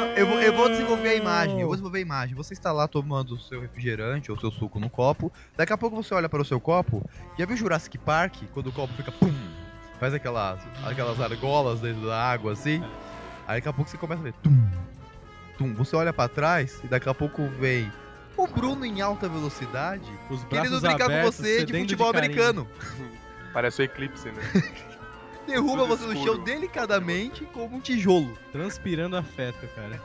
Speaker 3: Não, eu, vou, eu vou desenvolver a imagem, eu vou desenvolver a imagem. Você está lá tomando o seu refrigerante ou seu suco no copo, daqui a pouco você olha para o seu copo, já viu Jurassic Park, quando o copo fica pum, faz aquelas, aquelas argolas dentro da água assim, aí daqui a pouco você começa a ver tum, tum, você olha para trás e daqui a pouco vem o Bruno em alta velocidade
Speaker 4: Os braços
Speaker 3: querendo brincar com
Speaker 4: abertos,
Speaker 3: você de
Speaker 4: sedento
Speaker 3: futebol
Speaker 4: carinho.
Speaker 3: americano.
Speaker 6: Parece o Eclipse, né?
Speaker 3: Derruba
Speaker 6: Tudo
Speaker 3: você no
Speaker 6: escuro.
Speaker 3: chão delicadamente como um tijolo.
Speaker 4: Transpirando afeto, cara.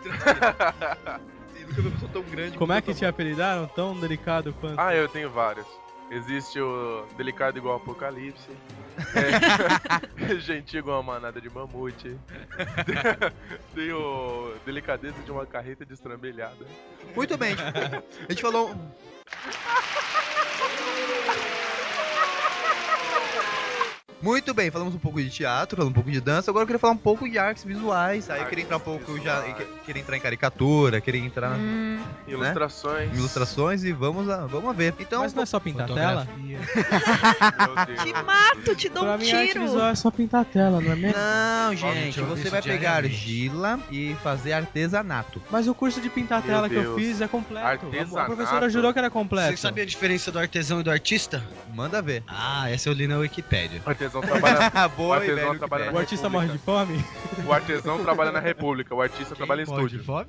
Speaker 3: Eu nunca vi uma pessoa tão grande
Speaker 4: Como é
Speaker 3: quanto
Speaker 4: que te apelidaram? Tão delicado quanto.
Speaker 6: Ah, eu tenho vários. Existe o Delicado Igual Apocalipse. É, gentil igual a manada de mamute. Tem o Delicadeza de uma carreta destrambelhada.
Speaker 3: Muito bem. A gente falou. um- Muito bem, falamos um pouco de teatro, falamos um pouco de dança, agora eu queria falar um pouco de artes visuais. Aí eu queria entrar um
Speaker 6: Artes
Speaker 3: pouco já.
Speaker 6: visuais.
Speaker 3: que- Queria entrar em caricatura, queria entrar
Speaker 7: Hum,
Speaker 6: Ilustrações.
Speaker 3: em ilustrações e vamos a, vamos a ver. Então,
Speaker 4: Mas não é só pintar a tela?
Speaker 9: Fotografia.
Speaker 6: Meu Deus.
Speaker 7: te mato, te dou
Speaker 4: Pra
Speaker 7: um
Speaker 4: mim, a arte
Speaker 7: tiro.
Speaker 4: visual é só pintar a tela, não é mesmo?
Speaker 3: não,
Speaker 9: Gente,
Speaker 3: gente,
Speaker 9: eu
Speaker 3: você
Speaker 9: ouvi
Speaker 3: vai
Speaker 9: isso
Speaker 3: pegar
Speaker 9: diariamente.
Speaker 3: argila e fazer artesanato.
Speaker 4: Mas o curso de pintar a
Speaker 6: Meu
Speaker 4: tela que eu
Speaker 6: Deus.
Speaker 4: fiz é completo.
Speaker 6: Artesanato.
Speaker 4: A professora jurou que era completo.
Speaker 9: Você sabia a diferença do artesão e do artista?
Speaker 3: Manda ver.
Speaker 9: Ah, essa eu li na Wikipédia.
Speaker 6: O artesão trabalha,
Speaker 3: Boa,
Speaker 6: artesão
Speaker 3: velho, que
Speaker 6: trabalha
Speaker 3: bem.
Speaker 4: O artista morre de fome?
Speaker 6: o artesão trabalha na república, o artista trabalha em
Speaker 9: pode
Speaker 6: estúdio.
Speaker 9: fome?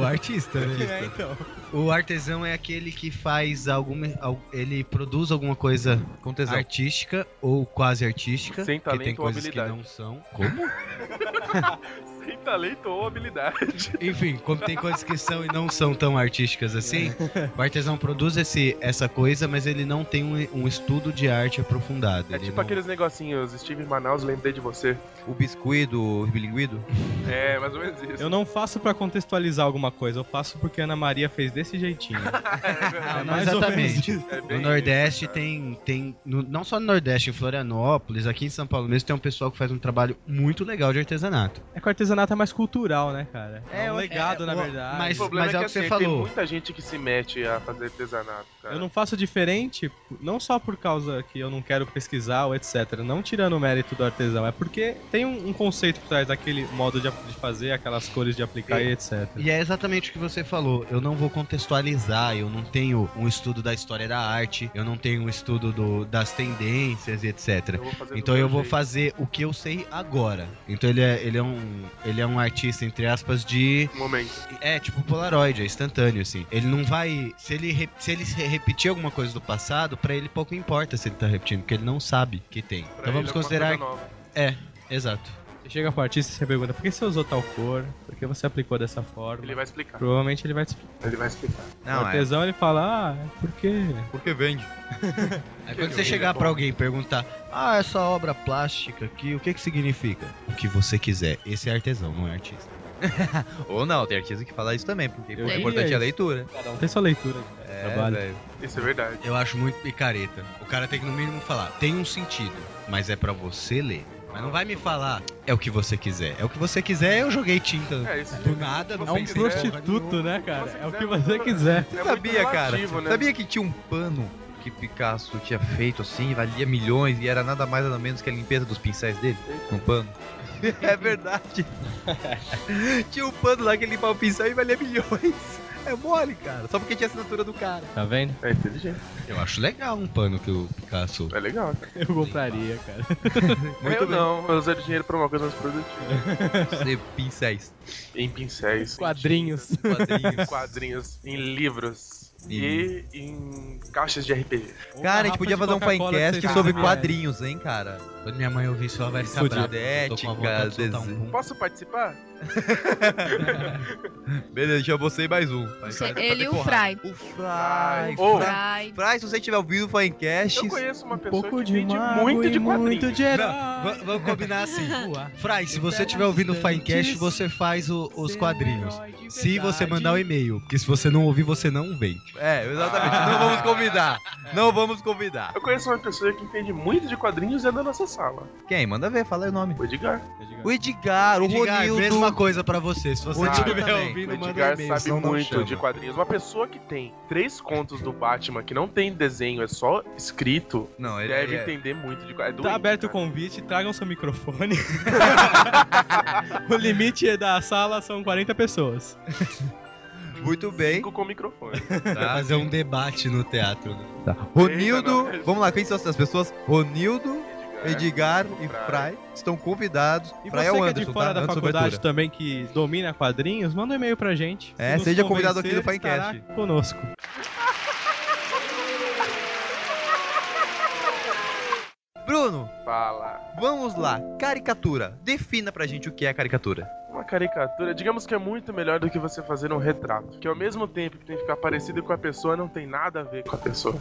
Speaker 9: O artista,
Speaker 4: É,
Speaker 9: né?
Speaker 4: então.
Speaker 9: O artesão é aquele que faz alguma. al- Ele produz alguma coisa
Speaker 3: Com tesão.
Speaker 9: artística ou quase artística.
Speaker 6: Sem
Speaker 9: porque tem
Speaker 6: talento ou
Speaker 9: coisas
Speaker 6: habilidade.
Speaker 9: que não são. Como?
Speaker 6: Sem talento ou habilidade.
Speaker 9: Enfim, como tem coisas que são e não são tão artísticas assim,
Speaker 6: É.
Speaker 9: o artesão produz esse, essa coisa, mas ele não tem um, um estudo de arte aprofundado.
Speaker 6: É
Speaker 9: ele
Speaker 6: tipo
Speaker 9: não-
Speaker 6: aqueles negocinhos, Steve em Manaus, lembrei de você.
Speaker 3: O biscuit do bilinguido.
Speaker 6: É, mais ou menos isso.
Speaker 4: Eu não faço pra contextualizar alguma coisa, eu faço porque a Ana Maria fez desse jeitinho.
Speaker 9: Ah,
Speaker 4: É
Speaker 9: mas
Speaker 4: mais ou menos
Speaker 9: exatamente.
Speaker 4: isso.
Speaker 6: É
Speaker 9: No
Speaker 6: bem
Speaker 9: Nordeste
Speaker 6: isso, cara.
Speaker 9: tem. tem no- não só no Nordeste, em Florianópolis, aqui em São Paulo mesmo, tem um pessoal que faz um trabalho muito legal de artesanato.
Speaker 4: É que o artesanato é mais cultural, né, cara? É,
Speaker 9: É,
Speaker 4: um
Speaker 9: eu-
Speaker 4: legado,
Speaker 9: é,
Speaker 4: na
Speaker 9: o-
Speaker 4: verdade.
Speaker 9: mas-
Speaker 6: O problema
Speaker 9: mas
Speaker 6: é
Speaker 9: é
Speaker 6: que
Speaker 9: o que você
Speaker 6: assim, tem
Speaker 9: falou.
Speaker 6: muita gente que se mete a fazer artesanato, cara.
Speaker 4: Eu não faço diferente, não só por causa que eu não quero pesquisar ou etc. Não tirando o mérito do artesão, é porque tem um, um conceito por trás daquele modo de, de fazer, aquelas cores de aplicar e, etc.
Speaker 9: E é exatamente o que você falou. Eu não vou contextualizar, eu não tenho um estudo da história da arte, eu não tenho um estudo do- das tendências e etc.
Speaker 6: Eu vou fazer do
Speaker 9: Então
Speaker 6: meu
Speaker 9: eu vou
Speaker 6: jeito.
Speaker 9: fazer o que eu sei agora. Então ele é, ele é um. Ele é um artista, entre aspas, de.
Speaker 6: Um Momento.
Speaker 9: É, tipo Polaroid, é instantâneo, assim. Ele não vai. Se ele, re- se ele se repetir alguma coisa do passado, pra ele pouco importa se ele tá repetindo, porque ele não sabe que tem.
Speaker 6: Pra
Speaker 9: então
Speaker 6: ele é
Speaker 9: vamos
Speaker 6: uma
Speaker 9: considerar.
Speaker 6: coisa nova.
Speaker 9: Exato.
Speaker 4: Você chega pro artista e você pergunta por que você usou tal cor, por que você aplicou dessa forma.
Speaker 6: Ele vai explicar.
Speaker 4: Provavelmente ele vai te explicar.
Speaker 6: Ele vai explicar.
Speaker 4: o artesão ele fala, ah, é porque.
Speaker 3: é. Porque vende.
Speaker 9: Aí quando
Speaker 6: Que
Speaker 9: você
Speaker 6: que é
Speaker 9: chegar
Speaker 6: bom?
Speaker 9: pra alguém e perguntar, ah, essa obra plástica aqui, o que que significa? O que você quiser. Esse é artesão, não é artista.
Speaker 3: Ou não, tem artista que fala isso também, porque
Speaker 4: Eu
Speaker 3: o
Speaker 4: diria
Speaker 3: importante é a
Speaker 4: isso.
Speaker 3: leitura.
Speaker 4: Cada um tem sua leitura de trabalho.
Speaker 3: velho.
Speaker 6: Isso é verdade.
Speaker 9: Eu acho muito picareta. O cara tem que no mínimo falar, tem um sentido, mas é pra você ler. Mas não vai me falar, é o que você quiser. É o que você quiser, eu joguei tinta.
Speaker 6: É isso.
Speaker 9: Do nada, não
Speaker 6: Você
Speaker 4: É um
Speaker 9: sei
Speaker 6: quiser,
Speaker 4: prostituto, né, cara?
Speaker 6: Se
Speaker 4: É o que
Speaker 6: quiser,
Speaker 4: você
Speaker 6: mano.
Speaker 4: quiser.
Speaker 3: Você
Speaker 6: É muito
Speaker 3: sabia, cara?
Speaker 6: relativo, né?
Speaker 3: Sabia que tinha um pano que Picasso tinha feito assim, valia milhões e era nada mais nada menos que a limpeza dos pincéis dele? Um pano. é verdade. tinha um pano lá que ele limpava o pincel e valia milhões. É mole, cara. Só porque tinha a assinatura do cara.
Speaker 4: Tá vendo?
Speaker 6: É inteligente.
Speaker 9: Eu acho legal um pano que o Picasso.
Speaker 6: É legal. cara.
Speaker 4: Eu compraria, cara.
Speaker 3: Muito
Speaker 6: eu
Speaker 3: bem.
Speaker 6: não. Eu usaria dinheiro pra uma coisa mais produtiva.
Speaker 3: Você, pincéis.
Speaker 6: em pincéis. em
Speaker 4: Quadrinhos.
Speaker 6: tintas,
Speaker 3: Quadrinhos.
Speaker 6: quadrinhos. Em livros.
Speaker 3: E-
Speaker 6: E em caixas de RPG.
Speaker 3: Cara, a gente podia fazer um podcast sobre quadrinhos, hein, cara?
Speaker 9: Quando minha mãe ouvir isso, ela vai ficar brava. Eu tô com a vontade de
Speaker 3: Sudética,
Speaker 9: soltar um pum.
Speaker 6: Posso participar?
Speaker 3: Beleza, já você e mais um. Vai,
Speaker 7: Você-
Speaker 3: vai, vai
Speaker 7: ele e
Speaker 3: ter
Speaker 7: o
Speaker 3: porrada.
Speaker 7: Fry.
Speaker 3: O Fry.
Speaker 6: Ou-
Speaker 3: Fry.
Speaker 7: Fry.
Speaker 3: Fry, se você tiver ouvido o Fancast,
Speaker 6: Eu conheço uma pessoa
Speaker 4: Pouco
Speaker 6: que
Speaker 4: de
Speaker 6: vende
Speaker 4: mago
Speaker 6: muito
Speaker 4: e
Speaker 6: um de quadrinhos.
Speaker 4: muito de
Speaker 9: Va-
Speaker 4: herói.
Speaker 9: Vamos combinar assim. Fry, se você tiver ouvindo o Finecast, você faz o- os quadrinhos. Se você mandar o e-mail, porque se você não ouvir, você não vende.
Speaker 3: É, exatamente. Não vamos convidar. Não vamos convidar.
Speaker 6: Eu conheço uma pessoa que entende muito de quadrinhos e é da nossa sala.
Speaker 3: Quem? Manda ver, fala aí o nome.
Speaker 6: O Edgar.
Speaker 3: O Edgar, o
Speaker 5: Edgar,
Speaker 3: Ronildo.
Speaker 5: mesma coisa pra você. Se você
Speaker 3: O Edgar
Speaker 5: estiver
Speaker 3: também.
Speaker 5: ouvindo,
Speaker 6: O
Speaker 5: manda um
Speaker 6: Edgar
Speaker 5: e-mail.
Speaker 6: sabe
Speaker 5: senão não
Speaker 6: muito
Speaker 5: chama.
Speaker 6: de quadrinhos. Uma pessoa que tem três contos do Batman que não tem desenho, é só escrito,
Speaker 3: Não, ele
Speaker 6: deve
Speaker 3: é...
Speaker 6: entender muito de quadrinhos.
Speaker 4: Tá aberto o convite, tragam seu microfone. o limite é da sala são 40 pessoas.
Speaker 3: Muito bem.
Speaker 6: Cinco com microfone.
Speaker 9: Vai fazer um debate no teatro. né?
Speaker 3: Tá. Ronildo, vamos lá, quem são essas pessoas? Ronildo, Edgar e Fry estão convidados. Fry
Speaker 4: E você
Speaker 3: é o
Speaker 4: que é
Speaker 3: Anderson,
Speaker 4: de fora
Speaker 3: tá?
Speaker 4: da
Speaker 3: Anderson
Speaker 4: faculdade
Speaker 3: Ventura.
Speaker 4: também que domina quadrinhos, manda um e-mail pra gente.
Speaker 3: É,
Speaker 4: Se nos
Speaker 3: seja convidado aqui no
Speaker 4: convencer,
Speaker 3: Finecast.
Speaker 4: estará Conosco.
Speaker 3: Bruno,
Speaker 6: Fala.
Speaker 3: vamos lá. Caricatura. Defina pra gente o que é caricatura.
Speaker 6: Uma caricatura, digamos que é muito melhor do que você fazer um retrato. Que ao mesmo tempo que tem que ficar parecido com a pessoa, não tem nada a ver com a pessoa.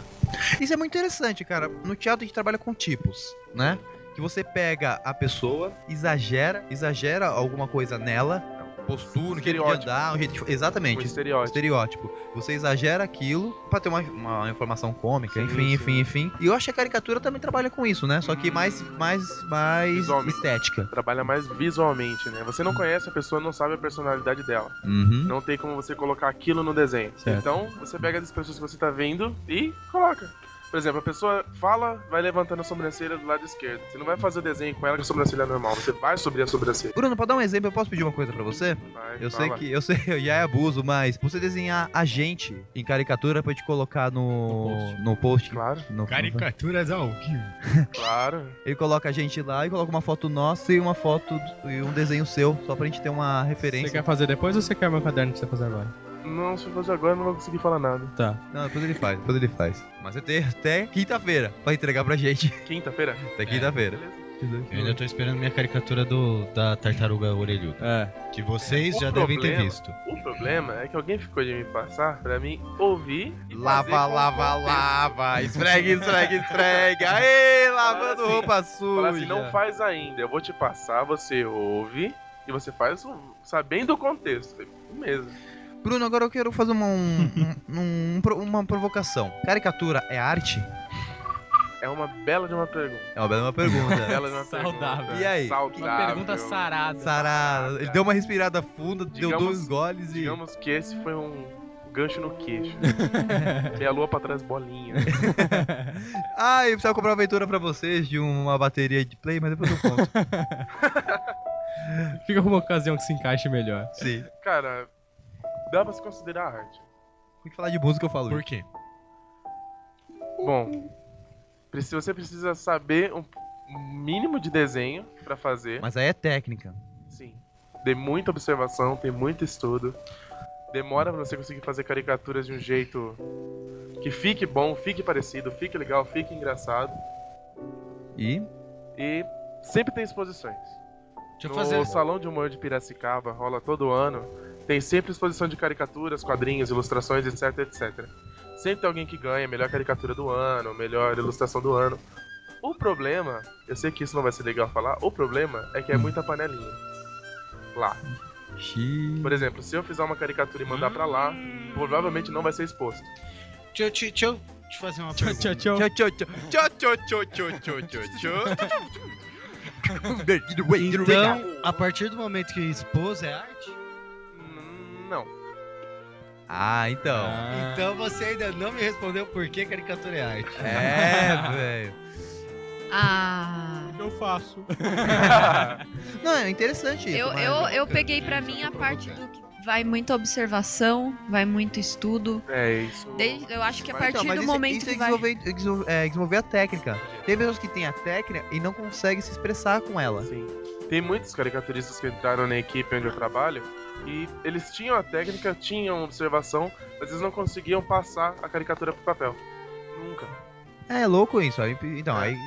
Speaker 3: Isso é muito interessante, cara. No teatro a gente trabalha com tipos, né? Que você pega a pessoa, exagera, exagera alguma coisa nela, postura, o jeito de
Speaker 6: Estereótipo.
Speaker 3: andar, o jeito de...
Speaker 6: Um
Speaker 3: Exatamente,
Speaker 6: estereótipo.
Speaker 3: estereótipo. Você exagera aquilo pra ter uma, uma informação cômica,
Speaker 6: Sim,
Speaker 3: enfim,
Speaker 6: sim.
Speaker 3: enfim, enfim. E eu acho que a caricatura também trabalha com isso, né? Só que mais, mais, mais
Speaker 6: Visualmente.
Speaker 3: estética.
Speaker 6: Trabalha mais visualmente, né? Você não conhece a pessoa, não sabe a personalidade dela.
Speaker 3: Uhum.
Speaker 6: Não tem como você colocar aquilo no desenho.
Speaker 4: Certo.
Speaker 6: Então, você pega as pessoas que você tá vendo e coloca. Por exemplo, a pessoa fala, vai levantando a sobrancelha do lado esquerdo. Você não vai fazer o desenho com ela com a sobrancelha é normal. Você vai subir a sobrancelha.
Speaker 3: Bruno, pra dar um exemplo, eu posso pedir uma coisa pra você?
Speaker 6: Vai,
Speaker 3: Eu sei
Speaker 6: fala.
Speaker 3: que eu sei, eu já é abuso, mas você desenhar a gente em caricatura pra te colocar no no post,
Speaker 6: Claro,
Speaker 3: no-
Speaker 5: Caricaturas ao vivo.
Speaker 6: claro.
Speaker 3: Ele coloca a gente lá e coloca uma foto nossa e uma foto do- e um desenho seu, só pra gente ter uma
Speaker 4: Você
Speaker 3: referência.
Speaker 4: quer fazer depois ou você quer meu caderno pra você fazer agora?
Speaker 6: Não, se eu fazer agora, eu não vou conseguir falar nada.
Speaker 4: Tá.
Speaker 3: Não, depois ele faz, depois ele faz. Mas você tem até quinta-feira pra entregar pra gente.
Speaker 6: Quinta-feira?
Speaker 3: Até quinta-feira.
Speaker 6: Beleza.
Speaker 9: Eu ainda tô esperando minha caricatura do, da tartaruga orelhuda.
Speaker 4: É.
Speaker 9: Que vocês
Speaker 6: É, o
Speaker 9: já devem ter
Speaker 6: problema-
Speaker 9: visto.
Speaker 6: O problema é que alguém ficou de me passar pra mim ouvir e fazer
Speaker 3: Lava,
Speaker 6: com
Speaker 3: lava,
Speaker 6: contexto.
Speaker 3: lava, esfrega, esfrega, esfrega. Aê, lavando
Speaker 6: assim,
Speaker 3: roupa suja.
Speaker 6: Falar assim, não faz ainda, eu vou te passar, você ouve e você faz o- sabendo o contexto. Foi isso mesmo.
Speaker 3: Bruno, agora eu quero fazer uma, um- um- um pro- uma provocação. Caricatura é arte?
Speaker 6: É uma bela de uma pergunta.
Speaker 3: É uma bela pergunta.
Speaker 6: Bela de uma
Speaker 4: Saudável.
Speaker 6: pergunta.
Speaker 3: E aí?
Speaker 6: Saudável.
Speaker 4: Uma pergunta sarada.
Speaker 3: Sarah, ele deu uma respirada funda, deu
Speaker 6: Digamos-
Speaker 3: dois goles e.
Speaker 6: Digamos que esse foi um gancho no queixo. Meia lua pra trás, bolinha.
Speaker 3: Ah, eu precisava comprar uma aventura pra vocês de um, uma bateria de play, mas depois eu conto.
Speaker 4: Fica com uma ocasião que se encaixe melhor.
Speaker 3: Sim.
Speaker 6: Cara, dá pra se considerar arte.
Speaker 3: Tem que falar de música, eu falo. isso.
Speaker 9: quê?
Speaker 3: Uhum.
Speaker 6: Bom, preci- você precisa saber um mínimo de desenho pra fazer.
Speaker 3: Mas aí é técnica.
Speaker 6: Sim. Tem muita observação, tem muito estudo. Demora pra você conseguir fazer caricaturas de um jeito que fique bom, fique parecido, fique legal, fique engraçado.
Speaker 3: E.
Speaker 6: E sempre tem exposições.
Speaker 9: Deixa eu
Speaker 6: no
Speaker 9: fazer.
Speaker 6: Salão de Humor de Piracicaba, rola todo ano. Tem sempre exposição de caricaturas, quadrinhos, ilustrações, etc, etc. Sempre tem alguém que ganha melhor caricatura do ano, melhor ilustração do ano. O problema, eu sei que isso não vai ser legal falar, o problema é que é muita panelinha. Lá.
Speaker 3: Xiii.
Speaker 6: Por exemplo, se eu fizer uma caricatura e mandar pra lá, provavelmente não vai ser exposto.
Speaker 9: Deixa eu, te- deixa eu te fazer uma
Speaker 4: Tchau,
Speaker 9: pergunta.
Speaker 4: tchau, tchau.
Speaker 3: Tchau, tchau, tchau. Tchau, tchau, tchau, tchau, tchau, tchau, tchau.
Speaker 9: Então, a partir do momento que expôs é arte,
Speaker 6: Hum, Não.
Speaker 3: Ah, então.
Speaker 4: Ah.
Speaker 9: então você ainda não me respondeu por que caricatura é arte.
Speaker 3: É, velho.
Speaker 7: Ah.
Speaker 4: O que eu faço?
Speaker 3: Não, é interessante isso.
Speaker 7: Eu,
Speaker 3: mas-
Speaker 7: eu, eu peguei pra mim a parte do que vai muita observação, vai muito estudo.
Speaker 6: É isso.
Speaker 7: Desde- eu acho que a
Speaker 6: Mas,
Speaker 7: partir
Speaker 3: mas
Speaker 7: do
Speaker 3: isso,
Speaker 7: momento
Speaker 3: isso é
Speaker 7: que vai.
Speaker 3: desenvolver, desenvol- é, desenvolver a técnica. Tem pessoas que têm a técnica e não conseguem se expressar com ela.
Speaker 6: Sim. Tem muitos caricaturistas que entraram na equipe onde eu trabalho e eles tinham a técnica, tinham observação, mas eles não conseguiam passar a caricatura pro papel. Nunca.
Speaker 3: É louco isso. Aí, então,
Speaker 6: É.
Speaker 3: aí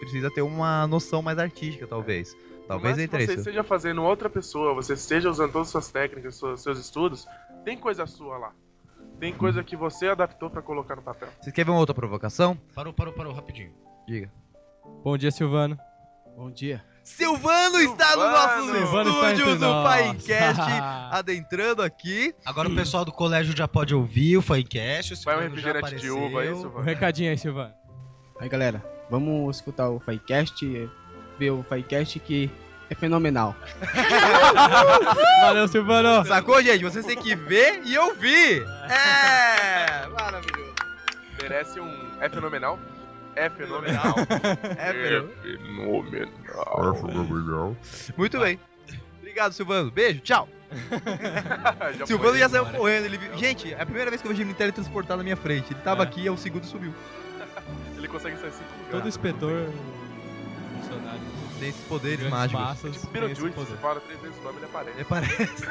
Speaker 3: precisa ter uma noção mais artística, talvez. Talvez é
Speaker 6: Mas se
Speaker 3: entre
Speaker 6: você
Speaker 3: isso.
Speaker 6: esteja fazendo outra pessoa, você esteja usando todas as suas técnicas, seus, seus estudos, tem coisa sua lá. Tem
Speaker 3: Hum.
Speaker 6: coisa que você adaptou pra colocar no papel.
Speaker 3: Vocês querem ver uma outra provocação?
Speaker 9: Parou, parou, parou, rapidinho.
Speaker 3: Diga.
Speaker 4: Bom dia, Silvano.
Speaker 5: Bom dia.
Speaker 3: Silvano está no nosso
Speaker 6: Silvano
Speaker 3: estúdio
Speaker 4: tá entre
Speaker 3: do
Speaker 4: nós.
Speaker 3: Pinecast, adentrando aqui.
Speaker 9: Agora o pessoal do colégio já pode ouvir o Finecast. o
Speaker 6: Vai um
Speaker 9: Silvano já
Speaker 6: refrigerante de
Speaker 9: apareceu.
Speaker 6: uva, é isso,
Speaker 4: um recadinho aí, Silvano.
Speaker 5: Aí, galera, vamos escutar o Finecast.
Speaker 10: ver o Finecast que é fenomenal.
Speaker 4: Valeu, Silvano.
Speaker 3: Sacou, gente? Vocês têm que ver e ouvir. É! Maravilhoso.
Speaker 6: Merece um. É fenomenal? É fenomenal.
Speaker 3: É, meu.
Speaker 6: fenomenal.
Speaker 3: Muito bem. Obrigado, Silvano. Beijo, tchau. Silvano já saiu correndo. Ele... vi- Gente, é a primeira vez que eu vejo ele me teletransportar na minha frente. Ele tava
Speaker 4: É.
Speaker 3: aqui, aí o segundo subiu.
Speaker 6: Ele consegue sair cinco lugares.
Speaker 4: Todo inspetor, funcionário,
Speaker 3: Tem esses poderes
Speaker 4: grandes
Speaker 3: mágicos.
Speaker 4: massas, tem
Speaker 6: Tipo
Speaker 4: esse
Speaker 6: Beetlejuice, você
Speaker 4: poder.
Speaker 6: fala três vezes o nome ele aparece.
Speaker 3: É, parece.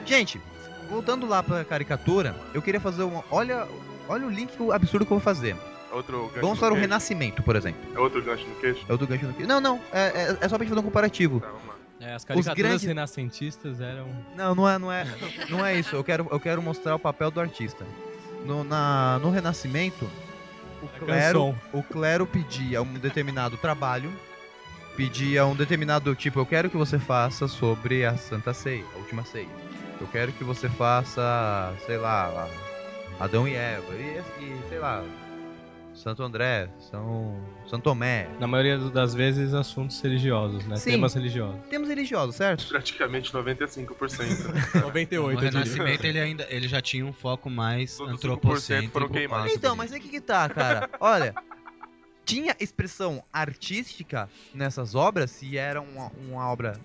Speaker 3: Gente, voltando lá pra caricatura, eu queria fazer uma. Olha, olha o link absurdo que eu vou fazer.
Speaker 6: É Outro gancho
Speaker 3: Vamos
Speaker 6: no
Speaker 3: para o
Speaker 6: queixo.
Speaker 3: Renascimento, por exemplo.
Speaker 6: É outro gancho no queixo?
Speaker 3: É o do gancho no... Não, não. É, é, é só pra gente fazer um comparativo.
Speaker 6: Tá, vamos lá.
Speaker 4: É, as caricaturas
Speaker 3: grandes-
Speaker 4: renascentistas eram...
Speaker 3: Não, não é, não é, não é isso. Eu quero, eu quero mostrar o papel do artista. No, na, no Renascimento, o clero,
Speaker 4: canção.
Speaker 3: o clero pedia um determinado trabalho, pedia um determinado tipo. Eu quero que você faça sobre a Santa Ceia, a última ceia. Eu quero que você faça, sei lá, a- Adão e Eva e, e, sei lá, Santo André, São, São Tomé.
Speaker 4: Na maioria das vezes, assuntos religiosos, né?
Speaker 3: Sim.
Speaker 4: Temas religiosos.
Speaker 3: Temos religiosos, certo?
Speaker 6: Praticamente 95%. né?
Speaker 9: O
Speaker 4: 98, eu diria.
Speaker 9: Renascimento ele ainda ele já tinha um foco mais
Speaker 6: Os outros
Speaker 9: antropocêntrico.
Speaker 6: 5% foram queimados.
Speaker 9: quase.
Speaker 3: Então, mas é que que tá, cara. Olha, tinha expressão artística nessas obras, se era uma, uma obra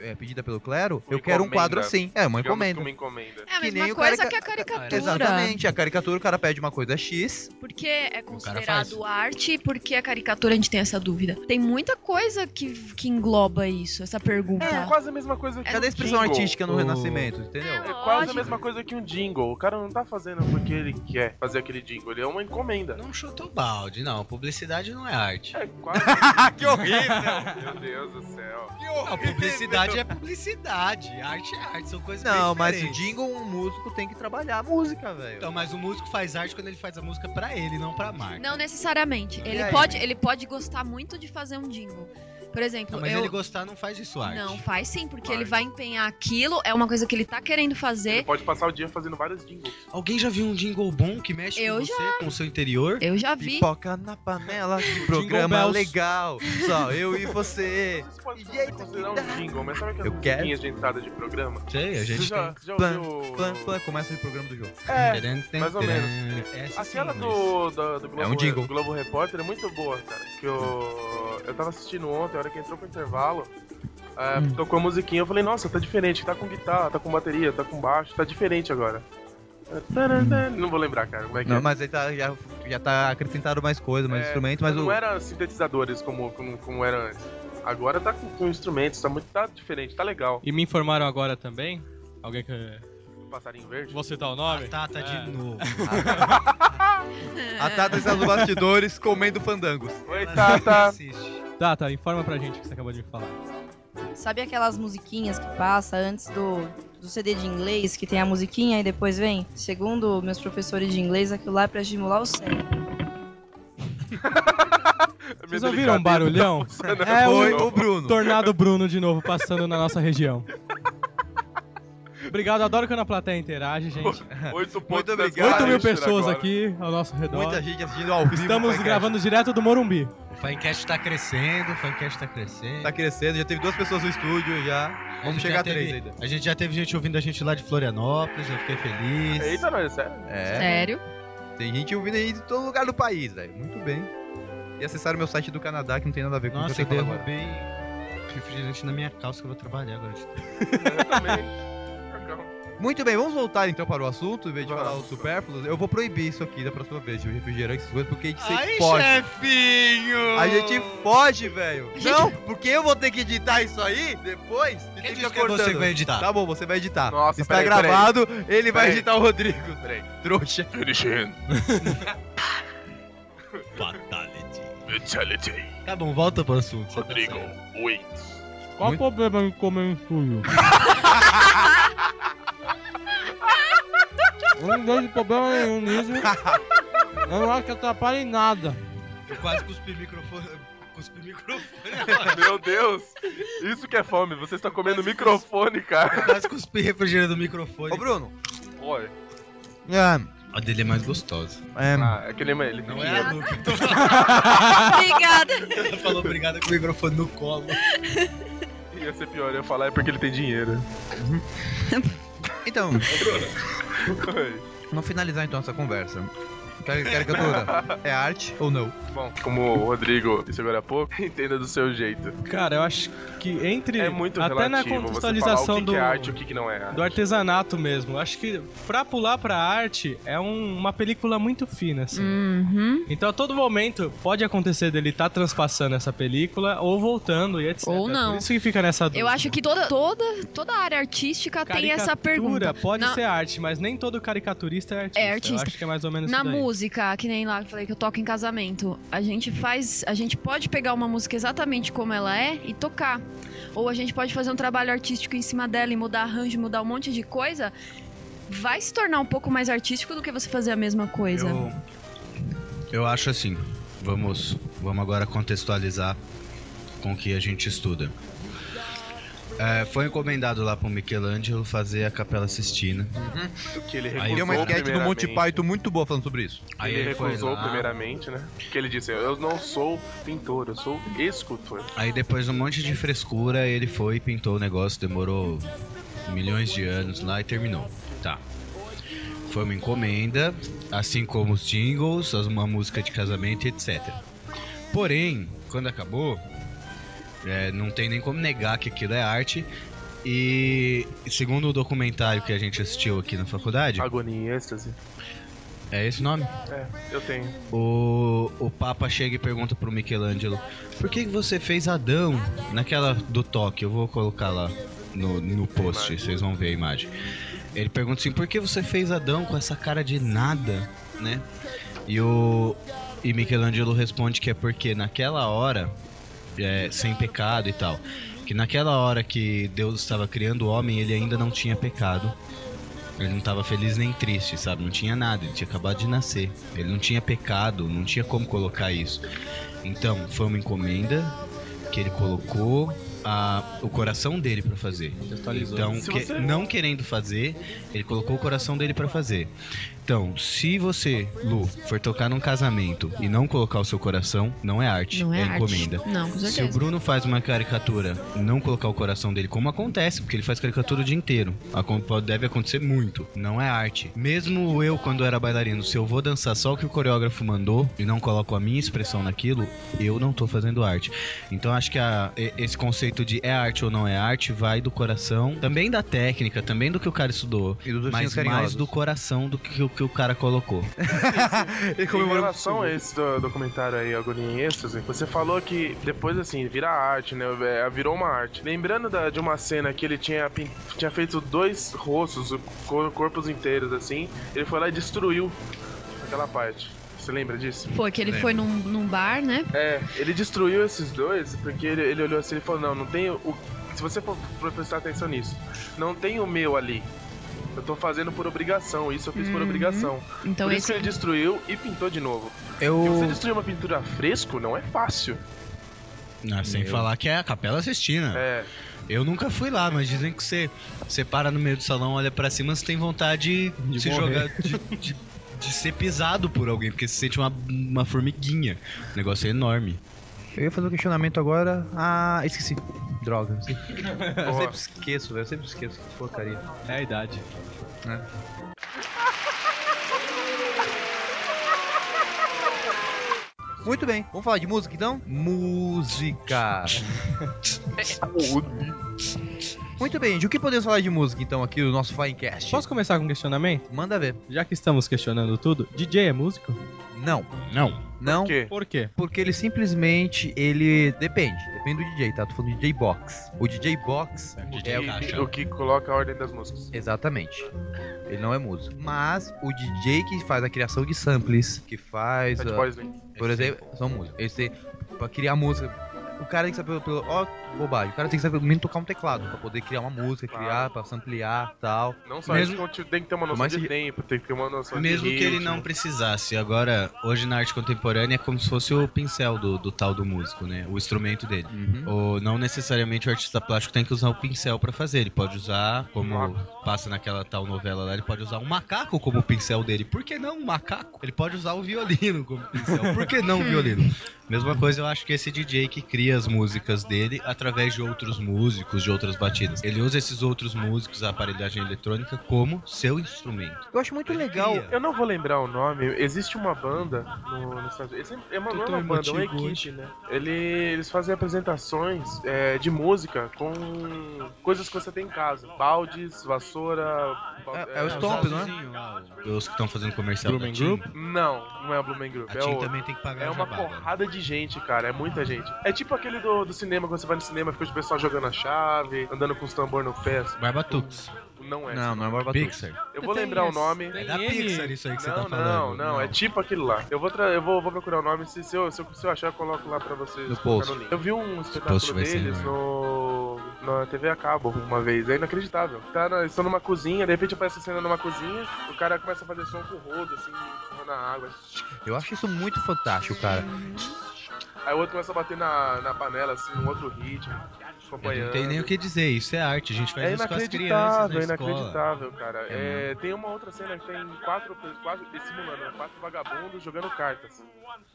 Speaker 3: é, pedida pelo clero, eu
Speaker 6: Uma
Speaker 3: quero um
Speaker 6: encomenda.
Speaker 3: quadro assim. É, uma
Speaker 6: Digamos que
Speaker 3: encomenda.
Speaker 6: Uma encomenda.
Speaker 7: É a
Speaker 3: Que
Speaker 7: mesma
Speaker 3: nem o
Speaker 7: coisa
Speaker 3: carica-
Speaker 7: que a caricatura.
Speaker 3: Exatamente, a caricatura, o cara pede uma coisa X.
Speaker 7: Por que é
Speaker 9: faz.
Speaker 7: considerado arte e por que a caricatura a gente tem essa dúvida? Tem muita coisa que, que engloba isso, essa pergunta.
Speaker 6: É quase a mesma coisa que
Speaker 3: Cadê a
Speaker 6: um
Speaker 3: expressão
Speaker 6: jingle.
Speaker 3: artística no
Speaker 4: O-
Speaker 3: Renascimento, entendeu?
Speaker 7: É,
Speaker 6: É quase a
Speaker 7: Lógico.
Speaker 6: mesma coisa que um jingle. O cara não tá fazendo porque ele quer fazer aquele jingle. Ele é uma encomenda.
Speaker 9: Não chutou balde, não. Publicidade não é arte.
Speaker 6: É quase.
Speaker 3: que horrível!
Speaker 6: Meu Deus do céu.
Speaker 9: Não, publicidade é publicidade. Arte é arte, são coisas
Speaker 3: Não,
Speaker 9: bem
Speaker 3: mas o
Speaker 9: diferentes.
Speaker 3: jingle, um músico tem que trabalhar a música, velho.
Speaker 9: Então, mas o músico faz arte quando ele faz a música pra ele, não pra marca.
Speaker 7: Não necessariamente. Ele
Speaker 3: aí?
Speaker 7: pode, ele pode gostar muito de fazer um jingle. Por exemplo,
Speaker 9: Não, mas
Speaker 7: eu
Speaker 9: ele gostar não faz isso arte.
Speaker 7: não faz sim, porque
Speaker 6: Vai.
Speaker 7: ele vai empenhar aquilo, é uma coisa que ele tá querendo
Speaker 6: Ele
Speaker 7: fazer.
Speaker 6: pode passar o dia fazendo vários jingles.
Speaker 9: Alguém já viu um jingle bom que mexe
Speaker 7: Eu
Speaker 9: com você, com o seu interior?
Speaker 7: Eu já vi.
Speaker 3: Pipoca na panela, que programa
Speaker 4: bells.
Speaker 3: legal. Só eu e você.
Speaker 6: Isso pode
Speaker 3: E aí, tá
Speaker 6: ser considerado um jingle, mas sabe
Speaker 3: Eu
Speaker 6: aquelas
Speaker 3: quero.
Speaker 6: musiquinhas de entrada de programa?
Speaker 9: Sei, a gente
Speaker 6: Você já,
Speaker 9: tem.
Speaker 6: já
Speaker 3: Plan,
Speaker 6: ouviu...
Speaker 3: plan, plan. Começa o programa do jogo.
Speaker 6: É,
Speaker 9: Taran,
Speaker 6: mais ou
Speaker 9: taran.
Speaker 6: menos.
Speaker 9: Essa sim,
Speaker 6: Aquela
Speaker 9: mas-
Speaker 6: do, do, do Globo,
Speaker 3: É um jingle.
Speaker 6: Globo Repórter é muito boa, cara. Que eu, eu tava assistindo ontem, a hora que entrou pro intervalo, é, tocou a musiquinha. Eu falei, nossa, tá diferente. Tá com guitarra, tá com bateria, tá com baixo, tá diferente agora. É, taran, taran. Não vou lembrar, cara, como é que
Speaker 3: Não,
Speaker 6: é.
Speaker 3: mas aí tá, já, já tá acrescentado mais coisa, mais
Speaker 6: É,
Speaker 3: instrumentos, mas
Speaker 6: não
Speaker 3: o.
Speaker 6: era sintetizadores como, como, como era antes. Agora tá com, com instrumentos, tá muito tá diferente, tá legal.
Speaker 4: E me informaram agora também, alguém que...
Speaker 6: Passarinho verde.
Speaker 4: Vou citar o nome?
Speaker 9: Batata
Speaker 4: É.
Speaker 9: Ah, tá, de novo.
Speaker 3: A Tata está nos bastidores comendo fandangos.
Speaker 6: Oi,
Speaker 9: Ela não
Speaker 6: Tata.
Speaker 9: insiste.
Speaker 4: Tá, tá, informa pra gente o que você acabou de me falar.
Speaker 11: Sabe aquelas musiquinhas que passa antes do, do CD de inglês, que tem a musiquinha e depois vem? Segundo meus professores de inglês, aquilo lá é pra estimular o cérebro.
Speaker 4: Vocês ouviram um barulhão?
Speaker 6: É,
Speaker 4: É
Speaker 3: Foi
Speaker 6: o...
Speaker 3: o Bruno.
Speaker 4: Tornado Bruno de novo passando na nossa região. Obrigado, adoro quando a plateia interage, gente.
Speaker 6: 8 pontos.
Speaker 3: Muito
Speaker 6: das
Speaker 3: obrigado.
Speaker 4: 8
Speaker 6: galinhas
Speaker 4: mil
Speaker 6: tira
Speaker 4: pessoas
Speaker 6: agora.
Speaker 4: aqui ao nosso redor.
Speaker 3: Muita gente assistindo ao vivo.
Speaker 4: Estamos
Speaker 3: podcast.
Speaker 4: gravando direto do Morumbi.
Speaker 9: O Finecast tá crescendo, o Finecast tá crescendo.
Speaker 3: Tá crescendo, já teve duas pessoas no estúdio já.
Speaker 9: A
Speaker 3: Vamos
Speaker 9: gente
Speaker 3: chegar
Speaker 9: já
Speaker 3: a três
Speaker 9: teve-
Speaker 3: ainda.
Speaker 9: A gente já teve gente ouvindo a gente lá de Florianópolis, eu fiquei feliz.
Speaker 6: Eita, não, é sério.
Speaker 3: É,
Speaker 7: Sério?
Speaker 3: tem gente ouvindo aí de todo lugar do país, velho. Muito bem. E acessaram meu site do Canadá, que não tem nada a ver com o que
Speaker 9: Nossa,
Speaker 3: eu
Speaker 9: eu
Speaker 3: tenho que falar agora.
Speaker 9: derrubei refrigerante na minha calça que eu vou trabalhar agora.
Speaker 6: Eu também.
Speaker 3: Muito bem, vamos voltar então para o assunto, em vez de
Speaker 6: Vamos.
Speaker 3: falar os supérfluos. Eu vou proibir isso aqui da próxima vez, de refrigerante, essas coisas, porque a gente sempre
Speaker 9: Ai,
Speaker 3: foge.
Speaker 9: chefinho!
Speaker 3: A gente foge, velho. Não, porque eu vou ter que editar isso aí depois. E tem
Speaker 9: Quem
Speaker 3: que
Speaker 9: disse
Speaker 3: ficar
Speaker 9: que você
Speaker 3: cortando.
Speaker 9: que vai editar?
Speaker 3: Tá bom, você vai editar.
Speaker 6: Nossa,
Speaker 3: Está
Speaker 6: peraí, peraí.
Speaker 3: gravado, ele vai
Speaker 6: Peraí.
Speaker 3: editar o Rodrigo.
Speaker 6: Peraí.
Speaker 3: Trouxa.
Speaker 6: Finishing.
Speaker 9: Fatality.
Speaker 6: Fatality.
Speaker 9: Tá bom, volta pro assunto. você tá certo.
Speaker 6: wins.
Speaker 4: Qual
Speaker 3: Muito-
Speaker 4: o problema em comer sujo? Eu não vejo Um problema nenhum nisso. Eu não acho que atrapalha em nada.
Speaker 9: Eu quase cuspi microfone. Cuspi microfone.
Speaker 6: Meu Deus. Isso que é fome. Você está comendo microfone, cara.
Speaker 9: Eu quase cuspi refrigerante do microfone.
Speaker 3: Ô, Bruno.
Speaker 6: Olha.
Speaker 3: ah,
Speaker 9: A dele é mais gostosa.
Speaker 3: É,
Speaker 6: Ah, é que ele, ele não
Speaker 9: é a Nuke.
Speaker 11: Obrigada.
Speaker 9: Ela falou obrigada com o microfone no colo.
Speaker 6: Ia ser pior, eu ia falar é porque ele tem dinheiro.
Speaker 3: Então,
Speaker 6: Oi.
Speaker 3: vamos finalizar então essa conversa. Cari- Caricatura, é arte ou não?
Speaker 6: Bom, como o Rodrigo disse agora há pouco, entenda do seu jeito.
Speaker 4: Cara, eu acho que entre.
Speaker 6: É muito
Speaker 4: até na
Speaker 6: relativo você falar o
Speaker 4: contextualização
Speaker 6: que,
Speaker 4: do.
Speaker 6: que é arte e o que, que não é arte.
Speaker 4: do artesanato mesmo. Eu Acho que pra pular pra arte é um- uma película muito fina, assim.
Speaker 7: Uhum.
Speaker 4: Então a todo momento pode acontecer dele estar tá transpassando essa película ou voltando e etc.
Speaker 7: Ou não.
Speaker 4: Por isso que fica nessa dúvida.
Speaker 7: Eu acho que toda, toda, toda área artística tem essa pergunta.
Speaker 4: pode
Speaker 7: Na-
Speaker 4: ser arte, mas nem todo caricaturista é artista.
Speaker 7: É artista.
Speaker 4: Eu acho que é mais ou menos
Speaker 7: Na
Speaker 4: isso daí.
Speaker 7: música, que nem lá que eu falei que eu toco em casamento, a gente faz, a gente pode pegar uma música exatamente como ela é e tocar. Ou a gente pode fazer um trabalho artístico em cima dela e mudar arranjo, mudar um monte de coisa. Vai se tornar um pouco mais artístico do que você fazer a mesma coisa.
Speaker 9: Eu, eu acho assim, vamos, vamos agora contextualizar com o que a gente estuda. É, foi encomendado lá pro Michelangelo fazer a Capela Sistina.
Speaker 6: Que ele
Speaker 9: Aí
Speaker 6: recusou
Speaker 3: Tem é uma sketch do Monty
Speaker 6: primeiramente.
Speaker 3: Python muito boa falando sobre isso.
Speaker 9: Aí
Speaker 6: ele
Speaker 9: ele foi
Speaker 6: recusou
Speaker 9: lá,
Speaker 6: primeiramente, né? Que ele disse, eu não sou pintor, eu sou escultor.
Speaker 9: Aí depois um monte de frescura, ele foi e pintou o negócio, demorou milhões de anos lá e terminou. Tá. Foi uma encomenda, assim como os jingles, as- uma música de casamento, etc. Porém, quando acabou, é, não tem nem como negar que aquilo é arte. E segundo o documentário que a gente assistiu aqui na faculdade,
Speaker 6: Agonia e êxtase.
Speaker 9: é esse o nome?
Speaker 6: É, eu tenho.
Speaker 9: O, o Papa chega e pergunta pro Michelangelo: Por que, que você fez Adão naquela do toque? Eu vou colocar lá no, no post, vocês vão ver a imagem. Ele pergunta assim: Por que você fez Adão com essa cara de nada, né? E o e Michelangelo responde que é porque naquela hora, é, sem pecado e tal, que naquela hora que Deus estava criando o homem, ele ainda não tinha pecado. Ele não estava feliz nem triste, sabe? Não tinha nada, ele tinha acabado de nascer. Ele não tinha pecado, não tinha como colocar isso. Então, foi uma encomenda que ele colocou a- o coração dele para fazer.
Speaker 4: Contextualizou.
Speaker 9: Então,
Speaker 6: Se
Speaker 9: que-
Speaker 6: você-
Speaker 9: não querendo fazer, ele colocou o coração dele para fazer. Então, se você, Lu, for tocar num casamento e não colocar o seu coração, não é arte,
Speaker 7: Não é,
Speaker 9: é,
Speaker 7: arte.
Speaker 9: encomenda.
Speaker 7: Não, com
Speaker 9: Se o
Speaker 7: certeza.
Speaker 9: Bruno faz uma caricatura, não colocar o coração dele, como acontece, porque ele faz caricatura o dia inteiro. Acon- pode- Deve acontecer muito. Não é arte. Mesmo eu, quando era bailarino, se eu vou dançar só o que o coreógrafo mandou e não coloco a minha expressão naquilo, eu não tô fazendo arte. Então acho que a- e- esse conceito de é arte ou não é arte vai do coração, também da técnica, também do que o cara estudou.
Speaker 3: E dos ursinhos
Speaker 9: Mas mais
Speaker 3: carinhosos.
Speaker 9: do coração do que o que o cara colocou.
Speaker 3: Ele
Speaker 6: Em
Speaker 3: comemorou
Speaker 6: relação a esse do- documentário aí, Agonia em Êxtase, você falou que depois, assim, vira arte, né? É, Virou uma arte. Lembrando da- de uma cena que ele tinha, pin- tinha feito dois rostos, cor- corpos inteiros, assim, ele foi lá e destruiu aquela parte. Você lembra disso?
Speaker 7: Foi é que ele
Speaker 4: É.
Speaker 9: Lembro.
Speaker 7: foi num, num bar, né?
Speaker 6: É, ele destruiu esses dois porque ele, ele olhou assim e falou: Não, não tem o. Se você for for prestar atenção nisso, não tem o meu ali. Eu tô fazendo por obrigação, isso eu fiz por
Speaker 7: Uhum.
Speaker 6: obrigação.
Speaker 7: Então
Speaker 6: por isso
Speaker 7: esse
Speaker 6: que ele destruiu e pintou de novo. E você
Speaker 9: Eu.
Speaker 6: destruir uma pintura a fresco não é fácil.
Speaker 9: Ah, sem
Speaker 4: Meu.
Speaker 9: falar que é a Capela Sistina.
Speaker 6: É,
Speaker 9: Eu nunca fui lá, mas dizem que você, você para no meio do salão, olha pra cima, você tem vontade de,
Speaker 4: De
Speaker 9: se
Speaker 4: morrer.
Speaker 9: jogar, de, de- de ser pisado por alguém, porque você sente uma, uma formiguinha. O negócio é enorme.
Speaker 3: Eu ia fazer um questionamento agora. Ah, esqueci. Droga. Eu
Speaker 6: Boa.
Speaker 3: sempre esqueço, velho. Eu sempre esqueço. Que porcaria. É.
Speaker 4: É a idade.
Speaker 3: Muito bem. Vamos falar de música então? Música. Muito bem, de o que podemos falar de música então aqui no nosso Finecast?
Speaker 4: Posso começar com um questionamento?
Speaker 3: Manda ver.
Speaker 4: Já que estamos questionando tudo, DJ é músico?
Speaker 3: Não.
Speaker 9: Não.
Speaker 3: Não.
Speaker 6: porque
Speaker 4: Por quê?
Speaker 3: Porque ele simplesmente, ele depende, depende do DJ, tá? Tô falando de DJ Box. O DJ Box
Speaker 9: É,
Speaker 6: o,
Speaker 9: DJ
Speaker 6: que,
Speaker 9: é o caixa.
Speaker 6: o que coloca a ordem das músicas.
Speaker 3: Exatamente. Ele não é músico. Mas o DJ que faz a criação de samples, que faz. ah,
Speaker 6: Fat
Speaker 3: a-
Speaker 6: Boys né? Link.
Speaker 3: por exemplo, são músicos. Eles têm. Pra criar música. o cara tem que saber, pelo, ó, bobagem, o cara tem que saber pelo menos tocar um teclado pra poder criar uma música, criar, pra samplear e tal.
Speaker 6: Não só isso, conteúdo tem que ter uma noção
Speaker 3: Mas
Speaker 6: de
Speaker 3: se-
Speaker 6: tempo, tem que ter uma noção
Speaker 9: Mesmo
Speaker 6: de
Speaker 9: que ele
Speaker 6: ritmo.
Speaker 4: né?
Speaker 9: não precisasse. Agora, hoje na arte contemporânea é como se fosse o pincel do, do tal do músico, né? O instrumento dele. Ou não necessariamente o artista plástico tem que usar o pincel pra fazer. Ele pode usar, como passa naquela tal novela lá, ele pode usar um macaco como pincel dele. Por que não um macaco? Ele pode usar o violino como pincel. Por que não o violino? Mesma coisa, eu acho que esse DJ que cria as músicas dele através de outros músicos, de outras batidas. Ele usa esses outros músicos, a aparelhagem eletrônica, como seu instrumento.
Speaker 3: Eu acho muito
Speaker 6: legal. Eu não vou lembrar o nome. Existe uma banda no, nos Estados Unidos. Esse É uma, não
Speaker 4: Tô
Speaker 6: é uma
Speaker 4: tão
Speaker 6: banda, é uma
Speaker 4: emotivo
Speaker 6: equipe,
Speaker 4: hoje.
Speaker 6: né? Ele- eles fazem apresentações é, de música com coisas que você tem em casa. Baldes, vassoura... bal-
Speaker 3: É, é o Stomp,
Speaker 9: né?
Speaker 3: não é?
Speaker 9: Os que estão fazendo comercial
Speaker 6: Blumen
Speaker 9: da TIM.
Speaker 6: Não, não é a Blumen Group.
Speaker 9: A
Speaker 6: é
Speaker 9: Tim
Speaker 6: outra.
Speaker 9: também tem que pagar
Speaker 6: É
Speaker 9: a
Speaker 6: uma
Speaker 9: jabá,
Speaker 6: porrada de gente, cara. É muita gente. É tipo aquele do, do cinema, quando você vai no cinema, fica o pessoal jogando a chave, andando com os tambor no pé. assim.
Speaker 9: Barbatux.
Speaker 6: Não é.
Speaker 3: Não, não é Barbatux.
Speaker 9: Pixar.
Speaker 6: Eu vou
Speaker 9: Tem
Speaker 6: lembrar o
Speaker 9: esse.
Speaker 6: nome.
Speaker 9: É da Tem N. Pixar isso aí que você
Speaker 6: não, Não,
Speaker 9: tá
Speaker 6: não,
Speaker 9: falando. Não.
Speaker 6: É tipo aquilo lá. Eu vou, tra- eu vou, vou procurar o nome. Se, se, eu, se, eu, se eu achar, eu coloco lá pra vocês.
Speaker 9: No
Speaker 6: colocar
Speaker 9: post.
Speaker 6: link. Eu vi um
Speaker 9: post
Speaker 6: espetáculo
Speaker 9: vai ser né?
Speaker 6: deles
Speaker 9: enorme.
Speaker 6: no... na TV a cabo uma vez. É inacreditável. Tá na... Estão numa cozinha, de repente aparece a cena numa cozinha, o cara começa a fazer som com o rodo, assim, empurrando a água.
Speaker 3: Eu acho isso muito fantástico, cara.
Speaker 6: Aí o outro começa a bater na, na panela, assim, um outro ritmo, acompanhando.
Speaker 9: Não tem nem o que dizer, isso é arte. A gente faz
Speaker 6: É
Speaker 9: isso com as crianças
Speaker 6: inacreditável,
Speaker 9: na
Speaker 6: é
Speaker 9: escola.
Speaker 6: inacreditável, cara. É, tem uma outra cena que tem quatro, quatro simulando, né? quatro vagabundos jogando cartas.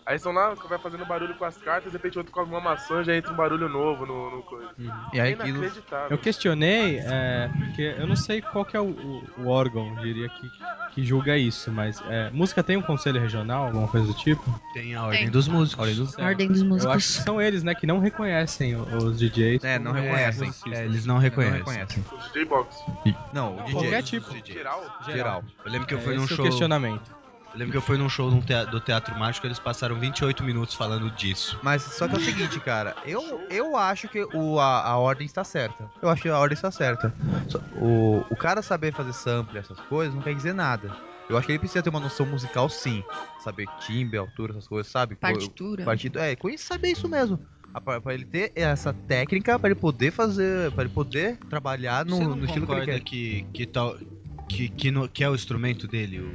Speaker 6: Aí estão lá, vai fazendo barulho com as cartas, de repente outro come uma maçã, já entra um barulho novo no, no coisa.
Speaker 4: E aí
Speaker 6: é
Speaker 4: aquilo-
Speaker 6: inacreditável.
Speaker 4: Eu questionei, é, porque eu não sei qual que é o, o- o órgão, diria que, que julga isso, mas é, música tem um conselho regional, alguma coisa do tipo?
Speaker 9: Tem a ordem
Speaker 7: Tem.
Speaker 9: dos músicos. Ordem dos...
Speaker 7: Ordem dos
Speaker 4: Eu acho
Speaker 7: músicos.
Speaker 4: que são eles, né, que não reconhecem o- os DJs.
Speaker 3: É, não
Speaker 4: como
Speaker 3: reconhecem.
Speaker 4: musicista.
Speaker 9: É, eles não reconhecem.
Speaker 3: reconhecem.
Speaker 6: O DJ Box.
Speaker 3: Não, o DJ.
Speaker 4: Qualquer tipo.
Speaker 6: Geral?
Speaker 3: Geral.
Speaker 9: Eu lembro que eu
Speaker 4: É,
Speaker 9: fui num
Speaker 4: esse é o
Speaker 9: show.
Speaker 4: questionamento.
Speaker 9: Eu lembro que eu fui num show num tea- do Teatro Mágico, eles passaram 28 minutos falando disso.
Speaker 3: Mas só que é o seguinte, cara, eu, eu acho que o, a, a ordem está certa. Eu acho que a ordem está certa. Só- O, o cara saber fazer sample, essas coisas, não quer dizer nada. Eu acho que ele precisa ter uma noção musical, sim. Saber timbre, altura, essas coisas, sabe? Co-
Speaker 7: Partitura.
Speaker 3: Partido. É, com isso, saber isso mesmo. A pa- Pra ele ter essa técnica, pra ele poder fazer, pra ele poder trabalhar no,
Speaker 9: Você não
Speaker 3: no estilo que ele quer.
Speaker 9: concorda que, que tal. Que, que, no- que é o instrumento dele, o,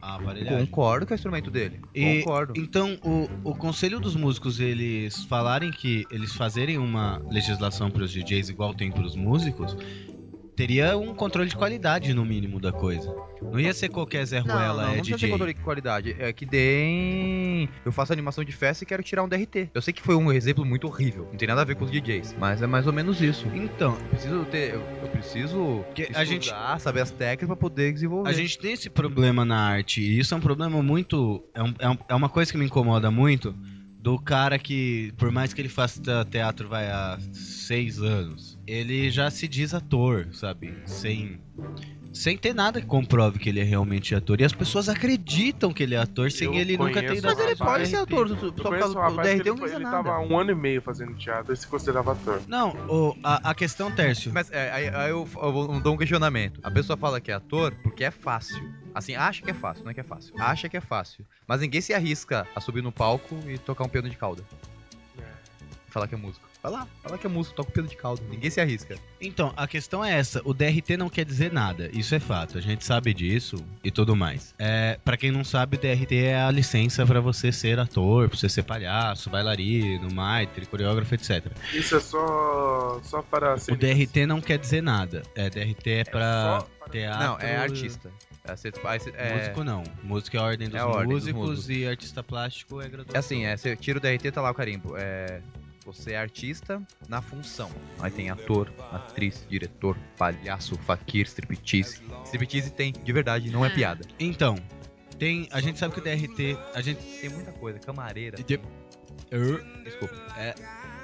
Speaker 9: a aparelhagem?
Speaker 3: Concordo com o instrumento dele.
Speaker 9: E-
Speaker 3: Concordo.
Speaker 9: Então, o, o conselho dos músicos, eles falarem que eles fazerem uma legislação para os DJs igual tem para os músicos, teria um controle de qualidade, no mínimo, da coisa. Não ia ser qualquer Zé
Speaker 3: Não,
Speaker 9: Ruela
Speaker 3: não, não
Speaker 9: é
Speaker 3: precisa ter
Speaker 9: DJ.
Speaker 3: controle de qualidade. É que deem. Eu faço animação de festa e quero tirar um DRT. Eu sei que foi um exemplo muito horrível. Não tem nada a ver com os DJs, mas é mais ou menos isso.
Speaker 9: Então,
Speaker 3: Eu preciso ter. Eu, eu preciso
Speaker 9: Porque
Speaker 3: estudar,
Speaker 9: a gente-
Speaker 3: saber as técnicas pra poder desenvolver.
Speaker 9: a gente tem esse problema na arte, e isso é um problema muito. É, um- é um- é uma coisa que me incomoda muito do cara que, por mais que ele faça teatro vai há seis anos, ele já se diz ator, sabe? Sem. Sem ter nada que comprove que ele é realmente ator. E as pessoas acreditam que ele é ator sem
Speaker 6: Eu
Speaker 9: ele nunca ter
Speaker 6: conheço
Speaker 9: ido
Speaker 6: um
Speaker 3: Mas ele
Speaker 9: atrás.
Speaker 6: rapaz-
Speaker 3: pode ser ator, só por
Speaker 6: Eu
Speaker 3: causa
Speaker 6: conheço um
Speaker 3: do
Speaker 6: rapaz que
Speaker 3: DRT não
Speaker 6: ele, foi-
Speaker 3: quer dizer
Speaker 9: é
Speaker 6: ele
Speaker 3: nada.
Speaker 6: tava há um ano e meio fazendo teatro, ele se considerava ator.
Speaker 9: Não, o- a, a questão, Tércio.
Speaker 3: Mas é, aí, aí eu, eu vou- eu dou um questionamento. A pessoa fala que é ator porque é fácil. Assim, acha que é fácil, não é que é fácil. Acha que é fácil. Mas ninguém se arrisca a subir no palco e tocar um piano de cauda. Falar que é músico. Vai lá, fala que é músico, toca um piano de cauda. Ninguém se arrisca.
Speaker 9: Então, a questão é essa: o DRT não quer dizer nada, isso é fato, a gente sabe disso e tudo mais. É, para quem não sabe, o DRT é a licença pra você ser ator, pra você ser palhaço, bailarino, maitre, coreógrafo, etc.
Speaker 6: Isso é só, só para
Speaker 9: O
Speaker 6: ser...
Speaker 9: DRT não quer dizer nada, é DRT é pra
Speaker 6: só para-
Speaker 9: teatro.
Speaker 3: Não, é artista. É, cê- aí cê- é-
Speaker 9: Músico não, músico é a ordem dos,
Speaker 3: É a ordem dos
Speaker 9: músicos,
Speaker 3: músicos.
Speaker 9: e artista plástico é graduação.
Speaker 3: é assim, é, você tira o DRT, tá lá o carimbo. É, você é artista na função. Aí tem ator, atriz, diretor, palhaço, faquir, striptease. Striptease tem, de verdade, não é piada.
Speaker 9: Então, tem, a gente sabe que o DRT, a gente
Speaker 3: Tem muita coisa, camareira. Desculpa.
Speaker 9: É,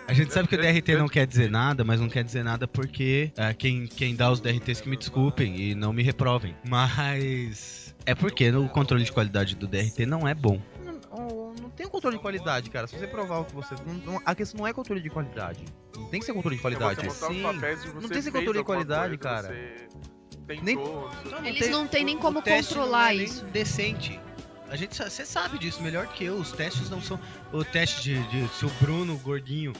Speaker 9: A gente sabe que o DRT não quer dizer nada, mas não quer dizer nada porque ah, quem, quem dá os DRTs que me desculpem e não me reprovem. Mas é porque o controle de qualidade do DRT não é bom.
Speaker 3: Não, não- não tem um controle de qualidade, cara. Se você provar o que você. não- não- a questão não é controle de qualidade. Não tem que ser controle de qualidade.
Speaker 6: É você montar os papéis de você
Speaker 3: tem esse
Speaker 6: fez
Speaker 3: controle de
Speaker 6: alguma
Speaker 3: qualidade,
Speaker 6: coisa,
Speaker 3: cara.
Speaker 6: você tentou,
Speaker 3: Nem-
Speaker 6: não sei o quê.
Speaker 7: Eles não têm nem
Speaker 9: o
Speaker 7: como
Speaker 9: teste não
Speaker 7: controlar
Speaker 9: é nem
Speaker 7: isso.
Speaker 9: Decente. A gente sa- você sabe disso melhor que eu. Os testes não são o teste de, de se o Bruno gordinho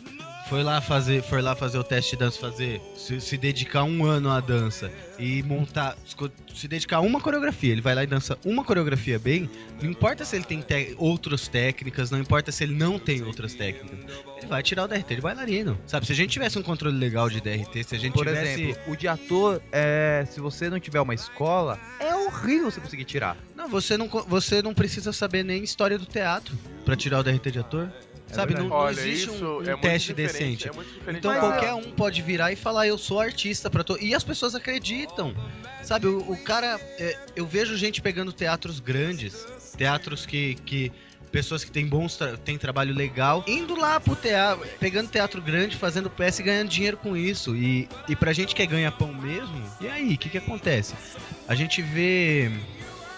Speaker 9: foi lá fazer, foi lá fazer o teste de dança, fazer, se, se dedicar um ano à dança e montar, esco- se dedicar a uma coreografia, ele vai lá e dança uma coreografia bem, não importa se ele tem te- outras técnicas, não importa se ele não tem outras técnicas, ele vai tirar o DRT de bailarino, sabe? Se a gente tivesse um controle legal de DRT, se a gente
Speaker 3: Por
Speaker 9: tivesse...
Speaker 3: exemplo, o de ator, é, se você não tiver uma escola, é horrível você conseguir tirar.
Speaker 9: Não, você não, co- você não precisa saber nem história do teatro pra tirar o DRT de ator. Sabe, não,
Speaker 6: verdade.
Speaker 9: não
Speaker 6: Olha,
Speaker 9: existe
Speaker 6: isso
Speaker 9: um, um
Speaker 6: é muito
Speaker 9: teste
Speaker 6: diferente,
Speaker 9: decente.
Speaker 6: é muito diferente
Speaker 9: então
Speaker 6: da-
Speaker 9: qualquer um pode virar e falar, eu sou artista para to... E as pessoas acreditam. Sabe, o, o cara. é, eu vejo gente pegando teatros grandes, teatros que. que pessoas que têm bons tra têm trabalho legal, indo lá pro teatro, pegando teatro grande, fazendo peça e ganhando dinheiro com isso. E, e pra gente que é ganha pão mesmo, e aí, o que, que acontece? A gente vê.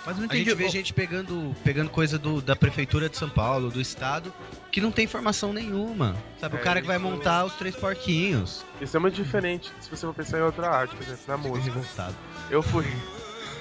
Speaker 3: Mas não
Speaker 9: a gente vê gente pegando, pegando coisa do- da prefeitura de São Paulo, do estado, que não tem formação nenhuma. Sabe,
Speaker 6: É,
Speaker 9: o cara que vai
Speaker 6: isso-
Speaker 9: montar os três porquinhos.
Speaker 6: Isso é muito diferente se você for pensar em outra arte, por exemplo, na música. Eu fui.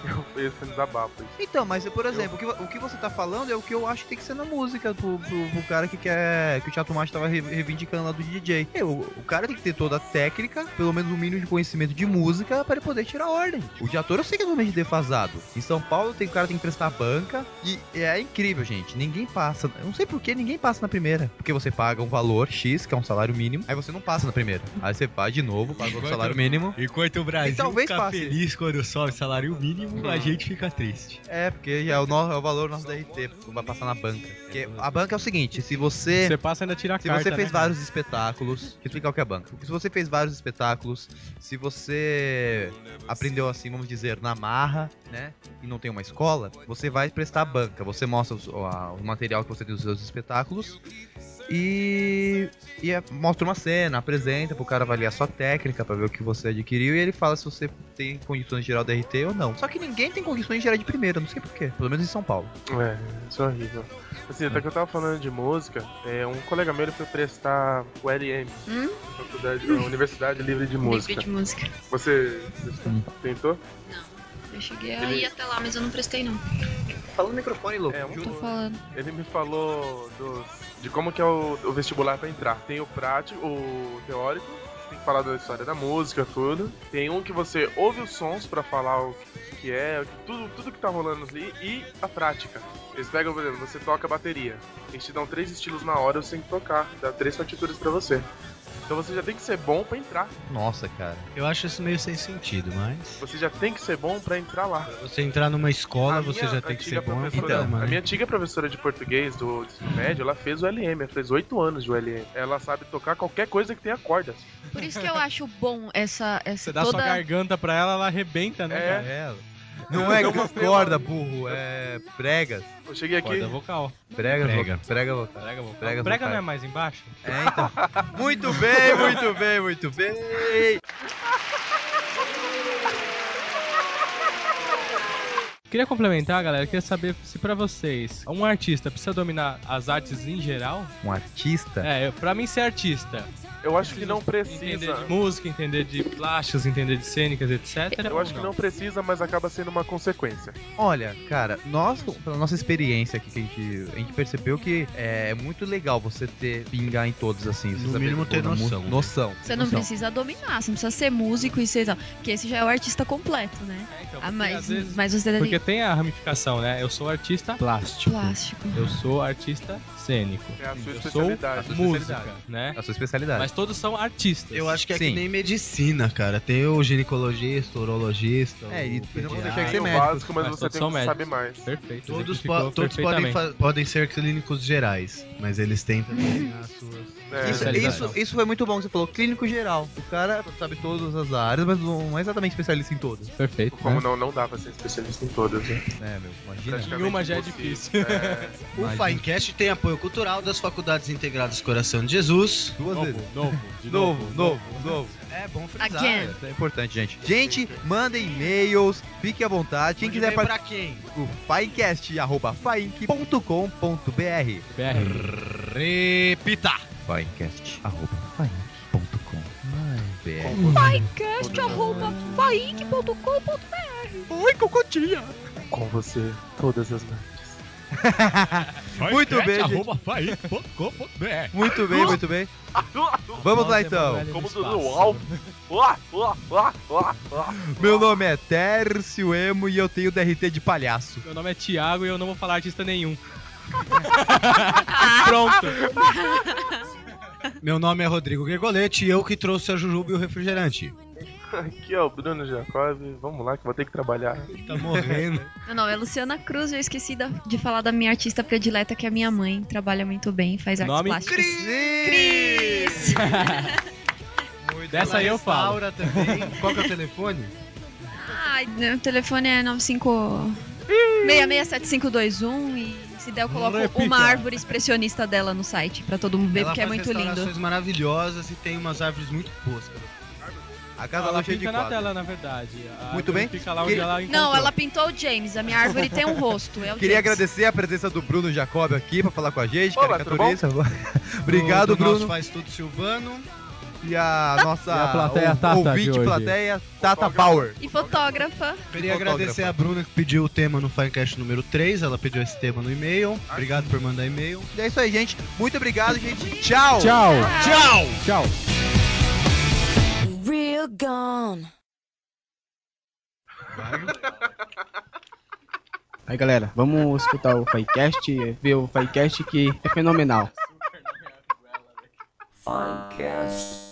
Speaker 6: Eu fui esse foi um desabafo. isso.
Speaker 3: Então, mas por exemplo, o que, vo- o que você tá falando é o que eu acho que tem que ser na música pro, pro- pro cara que quer. que o Chato Macho tava re- reivindicando lá do DJ. É, o, o cara tem que ter toda a técnica, pelo menos um mínimo de conhecimento de música, pra ele poder tirar ordem. O de ator eu sei que é totalmente defasado. Em São Paulo tem, o cara tem que prestar banca e é incrível, gente. Ninguém passa. Eu não sei por que ninguém passa na primeira. Porque você paga um valor X, que é um salário mínimo, aí você não passa na primeira. Aí você vai de novo, paga outro salário mínimo.
Speaker 9: Enquanto o
Speaker 3: Brasil fica
Speaker 9: feliz quando sobe salário mínimo, a gente fica triste.
Speaker 3: É, porque é o, no- é o valor do nosso DRT, não vai passar na banca. Porque a banca é o seguinte, se você...
Speaker 4: Você passa ainda tira a
Speaker 3: É. Se
Speaker 4: carta,
Speaker 3: você fez
Speaker 4: né?
Speaker 3: vários espetáculos, explicar o que é banca. Se você fez vários espetáculos, se você aprendeu assim, vamos dizer, na marra, né? E não tem uma escola, você vai prestar banca. Você mostra os- o, a- o material que você tem dos seus espetáculos e, e é- mostra uma cena, apresenta pro cara avaliar sua técnica pra ver o que você adquiriu e ele fala se você tem condições de gerar o DRT ou não. Só que ninguém tem condições de gerar de primeira, não sei porquê. Pelo menos em São Paulo.
Speaker 6: É, isso é horrível. Assim, até que eu tava falando de música, é, um colega meu ele foi prestar o LM,
Speaker 7: Hum?
Speaker 6: Faculdade, Universidade Livre de Música.
Speaker 7: Livre de música.
Speaker 6: Você tentou?
Speaker 7: Eu cheguei
Speaker 6: Ele-
Speaker 7: a ir até lá, mas eu não prestei não.
Speaker 3: Fala no microfone, louco.
Speaker 6: É,
Speaker 7: Tô
Speaker 6: um,
Speaker 7: falando.
Speaker 6: ele me falou dos- de como que é o, o vestibular pra entrar. Tem o prático, o teórico, tem que falar da história da música, tudo. Tem um que você ouve os sons pra falar o que, que é, o que- tudo, tudo que tá rolando ali, e a prática. Eles pegam, por exemplo, você toca bateria. Eles te dão três estilos na hora, você tem que tocar. Dá três partituras pra você. Então você já tem que ser bom pra entrar.
Speaker 3: Nossa, cara.
Speaker 9: Eu acho isso meio sem sentido, mas.
Speaker 6: Você já tem que ser bom pra entrar lá.
Speaker 9: Você entrar numa escola,
Speaker 6: A
Speaker 9: você
Speaker 6: minha
Speaker 9: já tem que ser
Speaker 6: antiga
Speaker 9: bom. é um
Speaker 6: professora-
Speaker 9: problema,
Speaker 6: a
Speaker 9: né?
Speaker 6: minha antiga professora de português do ensino médio, ela fez o LM, ela fez oito anos de LM. Ela sabe tocar qualquer coisa que tenha cordas.
Speaker 7: Por isso que eu acho bom essa, essa
Speaker 4: Você dá sua
Speaker 7: toda...
Speaker 4: garganta pra ela, ela arrebenta, né?
Speaker 6: É.
Speaker 4: cara?
Speaker 3: É. Não é corda, burro, é pregas.
Speaker 6: Eu cheguei aqui.
Speaker 4: Corda vocal.
Speaker 3: Pregas,
Speaker 9: Prega.
Speaker 3: prega, prega, vocal.
Speaker 4: Prega vocal.
Speaker 3: Prega
Speaker 4: Prega,
Speaker 3: vocal.
Speaker 4: não é mais embaixo?
Speaker 3: É, então. Muito bem, muito bem, muito bem.
Speaker 4: Queria complementar, galera. Queria saber se pra vocês, um artista precisa dominar as artes em geral?
Speaker 3: Um artista?
Speaker 4: É, eu- pra mim ser artista,
Speaker 6: Eu acho que não
Speaker 4: entender
Speaker 6: precisa.
Speaker 4: de música, entender de plásticas, entender de cênicas, etc.
Speaker 6: Eu
Speaker 4: ou
Speaker 6: acho que não precisa, mas acaba sendo uma consequência.
Speaker 3: Olha, cara, nós, pela nossa experiência aqui, que a gente, a gente percebeu que é muito legal você ter pingar em todos, assim. você
Speaker 9: No
Speaker 3: saber-
Speaker 9: mínimo ter
Speaker 3: pô, na mu-
Speaker 9: noção, né?
Speaker 3: Noção.
Speaker 7: Você não
Speaker 3: noção.
Speaker 4: Então.
Speaker 7: precisa dominar, você não precisa ser músico e ser... Porque esse já é o artista completo,
Speaker 4: É,
Speaker 7: né?
Speaker 4: então,
Speaker 7: Ah,
Speaker 4: porque
Speaker 7: mas,
Speaker 4: às vezes-
Speaker 7: mas você tem
Speaker 4: Porque tem a ramificação, né? Eu sou artista plástico.
Speaker 7: plástico.
Speaker 4: Eu sou artista cênico.
Speaker 6: É a sua
Speaker 4: Eu sou
Speaker 6: especialidade.
Speaker 4: música, né?
Speaker 3: É a sua especialidade.
Speaker 4: Mas todos são artistas.
Speaker 9: Eu acho que é
Speaker 3: Sim.
Speaker 9: que nem medicina, cara. Tem o ginecologista, o urologista,
Speaker 3: É, e não
Speaker 9: o
Speaker 3: vão
Speaker 9: pediatra.
Speaker 3: deixar que
Speaker 6: Tem
Speaker 3: ser
Speaker 6: o
Speaker 3: médico.
Speaker 6: básico, mas,
Speaker 4: mas
Speaker 6: você
Speaker 4: todos
Speaker 6: tem
Speaker 4: são
Speaker 6: que
Speaker 4: médicos.
Speaker 6: saber mais.
Speaker 4: Perfeito.
Speaker 9: Todos, po-
Speaker 4: exemplificou
Speaker 9: todos podem,
Speaker 4: perfeitamente.
Speaker 9: fa- podem ser clínicos gerais, mas eles têm também
Speaker 4: Uhum.
Speaker 9: as suas.
Speaker 6: É.
Speaker 3: Isso,
Speaker 4: especialização.
Speaker 3: isso, isso foi muito bom que você falou, clínico geral. O cara sabe todas as áreas, mas não é exatamente especialista em todas.
Speaker 4: Perfeito.
Speaker 6: Como
Speaker 4: né?
Speaker 6: não, não dá pra ser especialista em todas, né?
Speaker 3: É, meu, imagina.
Speaker 6: Praticamente
Speaker 4: Nenhuma já é
Speaker 6: impossível.
Speaker 4: difícil.
Speaker 6: É.
Speaker 9: O
Speaker 3: Mas-
Speaker 9: Finecast tem apoio cultural das Faculdades Integradas Coração de Jesus.
Speaker 3: Duas vezes.
Speaker 4: Novo, novo, né? de novo.
Speaker 3: Novo, novo, novo.
Speaker 9: É bom
Speaker 7: frisar, Again.
Speaker 3: Isso é importante, gente. Gente, mandem e-mails, fique à vontade. Quem quiser participar
Speaker 9: pra quem?
Speaker 3: do Finecast, arroba finec.com.br.
Speaker 4: PR.
Speaker 9: Repita!
Speaker 3: Finecast, arroba finec.com.br.
Speaker 7: Podcast.com.br
Speaker 6: É, Com você, todas as noites.
Speaker 3: Muito bem, gente. né? Muito bem, muito bem. Vamos
Speaker 4: é
Speaker 3: lá então.
Speaker 6: Como do Luau. Lá, lá, lá, lá, lá.
Speaker 3: Meu nome é Tércio Emo e eu tenho DRT de palhaço.
Speaker 4: Meu nome é Thiago e eu não vou falar artista nenhum. Pronto.
Speaker 9: Meu nome é Rodrigo Gregoletti e eu que trouxe a Jujuba e o refrigerante.
Speaker 6: Aqui é o Bruno Jacob. Vamos lá que vou ter que trabalhar.
Speaker 9: Tá morrendo.
Speaker 7: Meu nome é Luciana Cruz, eu esqueci da- de falar da minha artista predileta, que é minha mãe. Trabalha muito bem, faz artes
Speaker 4: Nome?
Speaker 7: plásticas.
Speaker 3: Cris!
Speaker 4: Dessa aí eu falo.
Speaker 9: Laura também. Qual que é o telefone?
Speaker 7: Ai, meu telefone é 95... 667521 e se der eu coloco
Speaker 9: Repita.
Speaker 7: uma árvore expressionista dela no site pra todo mundo ver,
Speaker 9: é Ela
Speaker 7: porque é
Speaker 9: faz
Speaker 7: muito lindo.
Speaker 9: restaurações maravilhosas e tem umas árvores muito toscas.
Speaker 3: A casa
Speaker 4: Ela
Speaker 3: lá cheia de
Speaker 4: fica na
Speaker 3: quadro.
Speaker 4: tela, na verdade. A
Speaker 3: Muito
Speaker 4: árvore
Speaker 3: bem.
Speaker 4: Fica lá onde
Speaker 3: Queria-
Speaker 4: ela encontrou.
Speaker 7: Não, ela pintou o James, a minha árvore tem um rosto, é o
Speaker 3: Queria
Speaker 7: James.
Speaker 3: agradecer a presença do Bruno Jacob aqui pra falar com a gente,
Speaker 6: Olá, tudo bom?
Speaker 3: caricaturista. Obrigado,
Speaker 9: do, do nosso
Speaker 3: Bruno.
Speaker 9: Faz tudo Silvano.
Speaker 3: E a nossa
Speaker 4: E a plateia Tata de
Speaker 3: ouvinte
Speaker 4: hoje.
Speaker 3: plateia Tata Power.
Speaker 7: E fotógrafa.
Speaker 9: Queria
Speaker 3: Fotógrafa.
Speaker 9: agradecer a Bruna que pediu o tema no Finecast número 3. Ela pediu esse tema no e-mail. Obrigado por mandar e-mail.
Speaker 3: E é isso aí, gente. Muito obrigado, gente.
Speaker 4: Tchau. Tchau. Tchau.
Speaker 1: Real gone.
Speaker 10: Aí galera, vamos escutar o Finecast, ver o Finecast que é fenomenal.
Speaker 1: Finecast.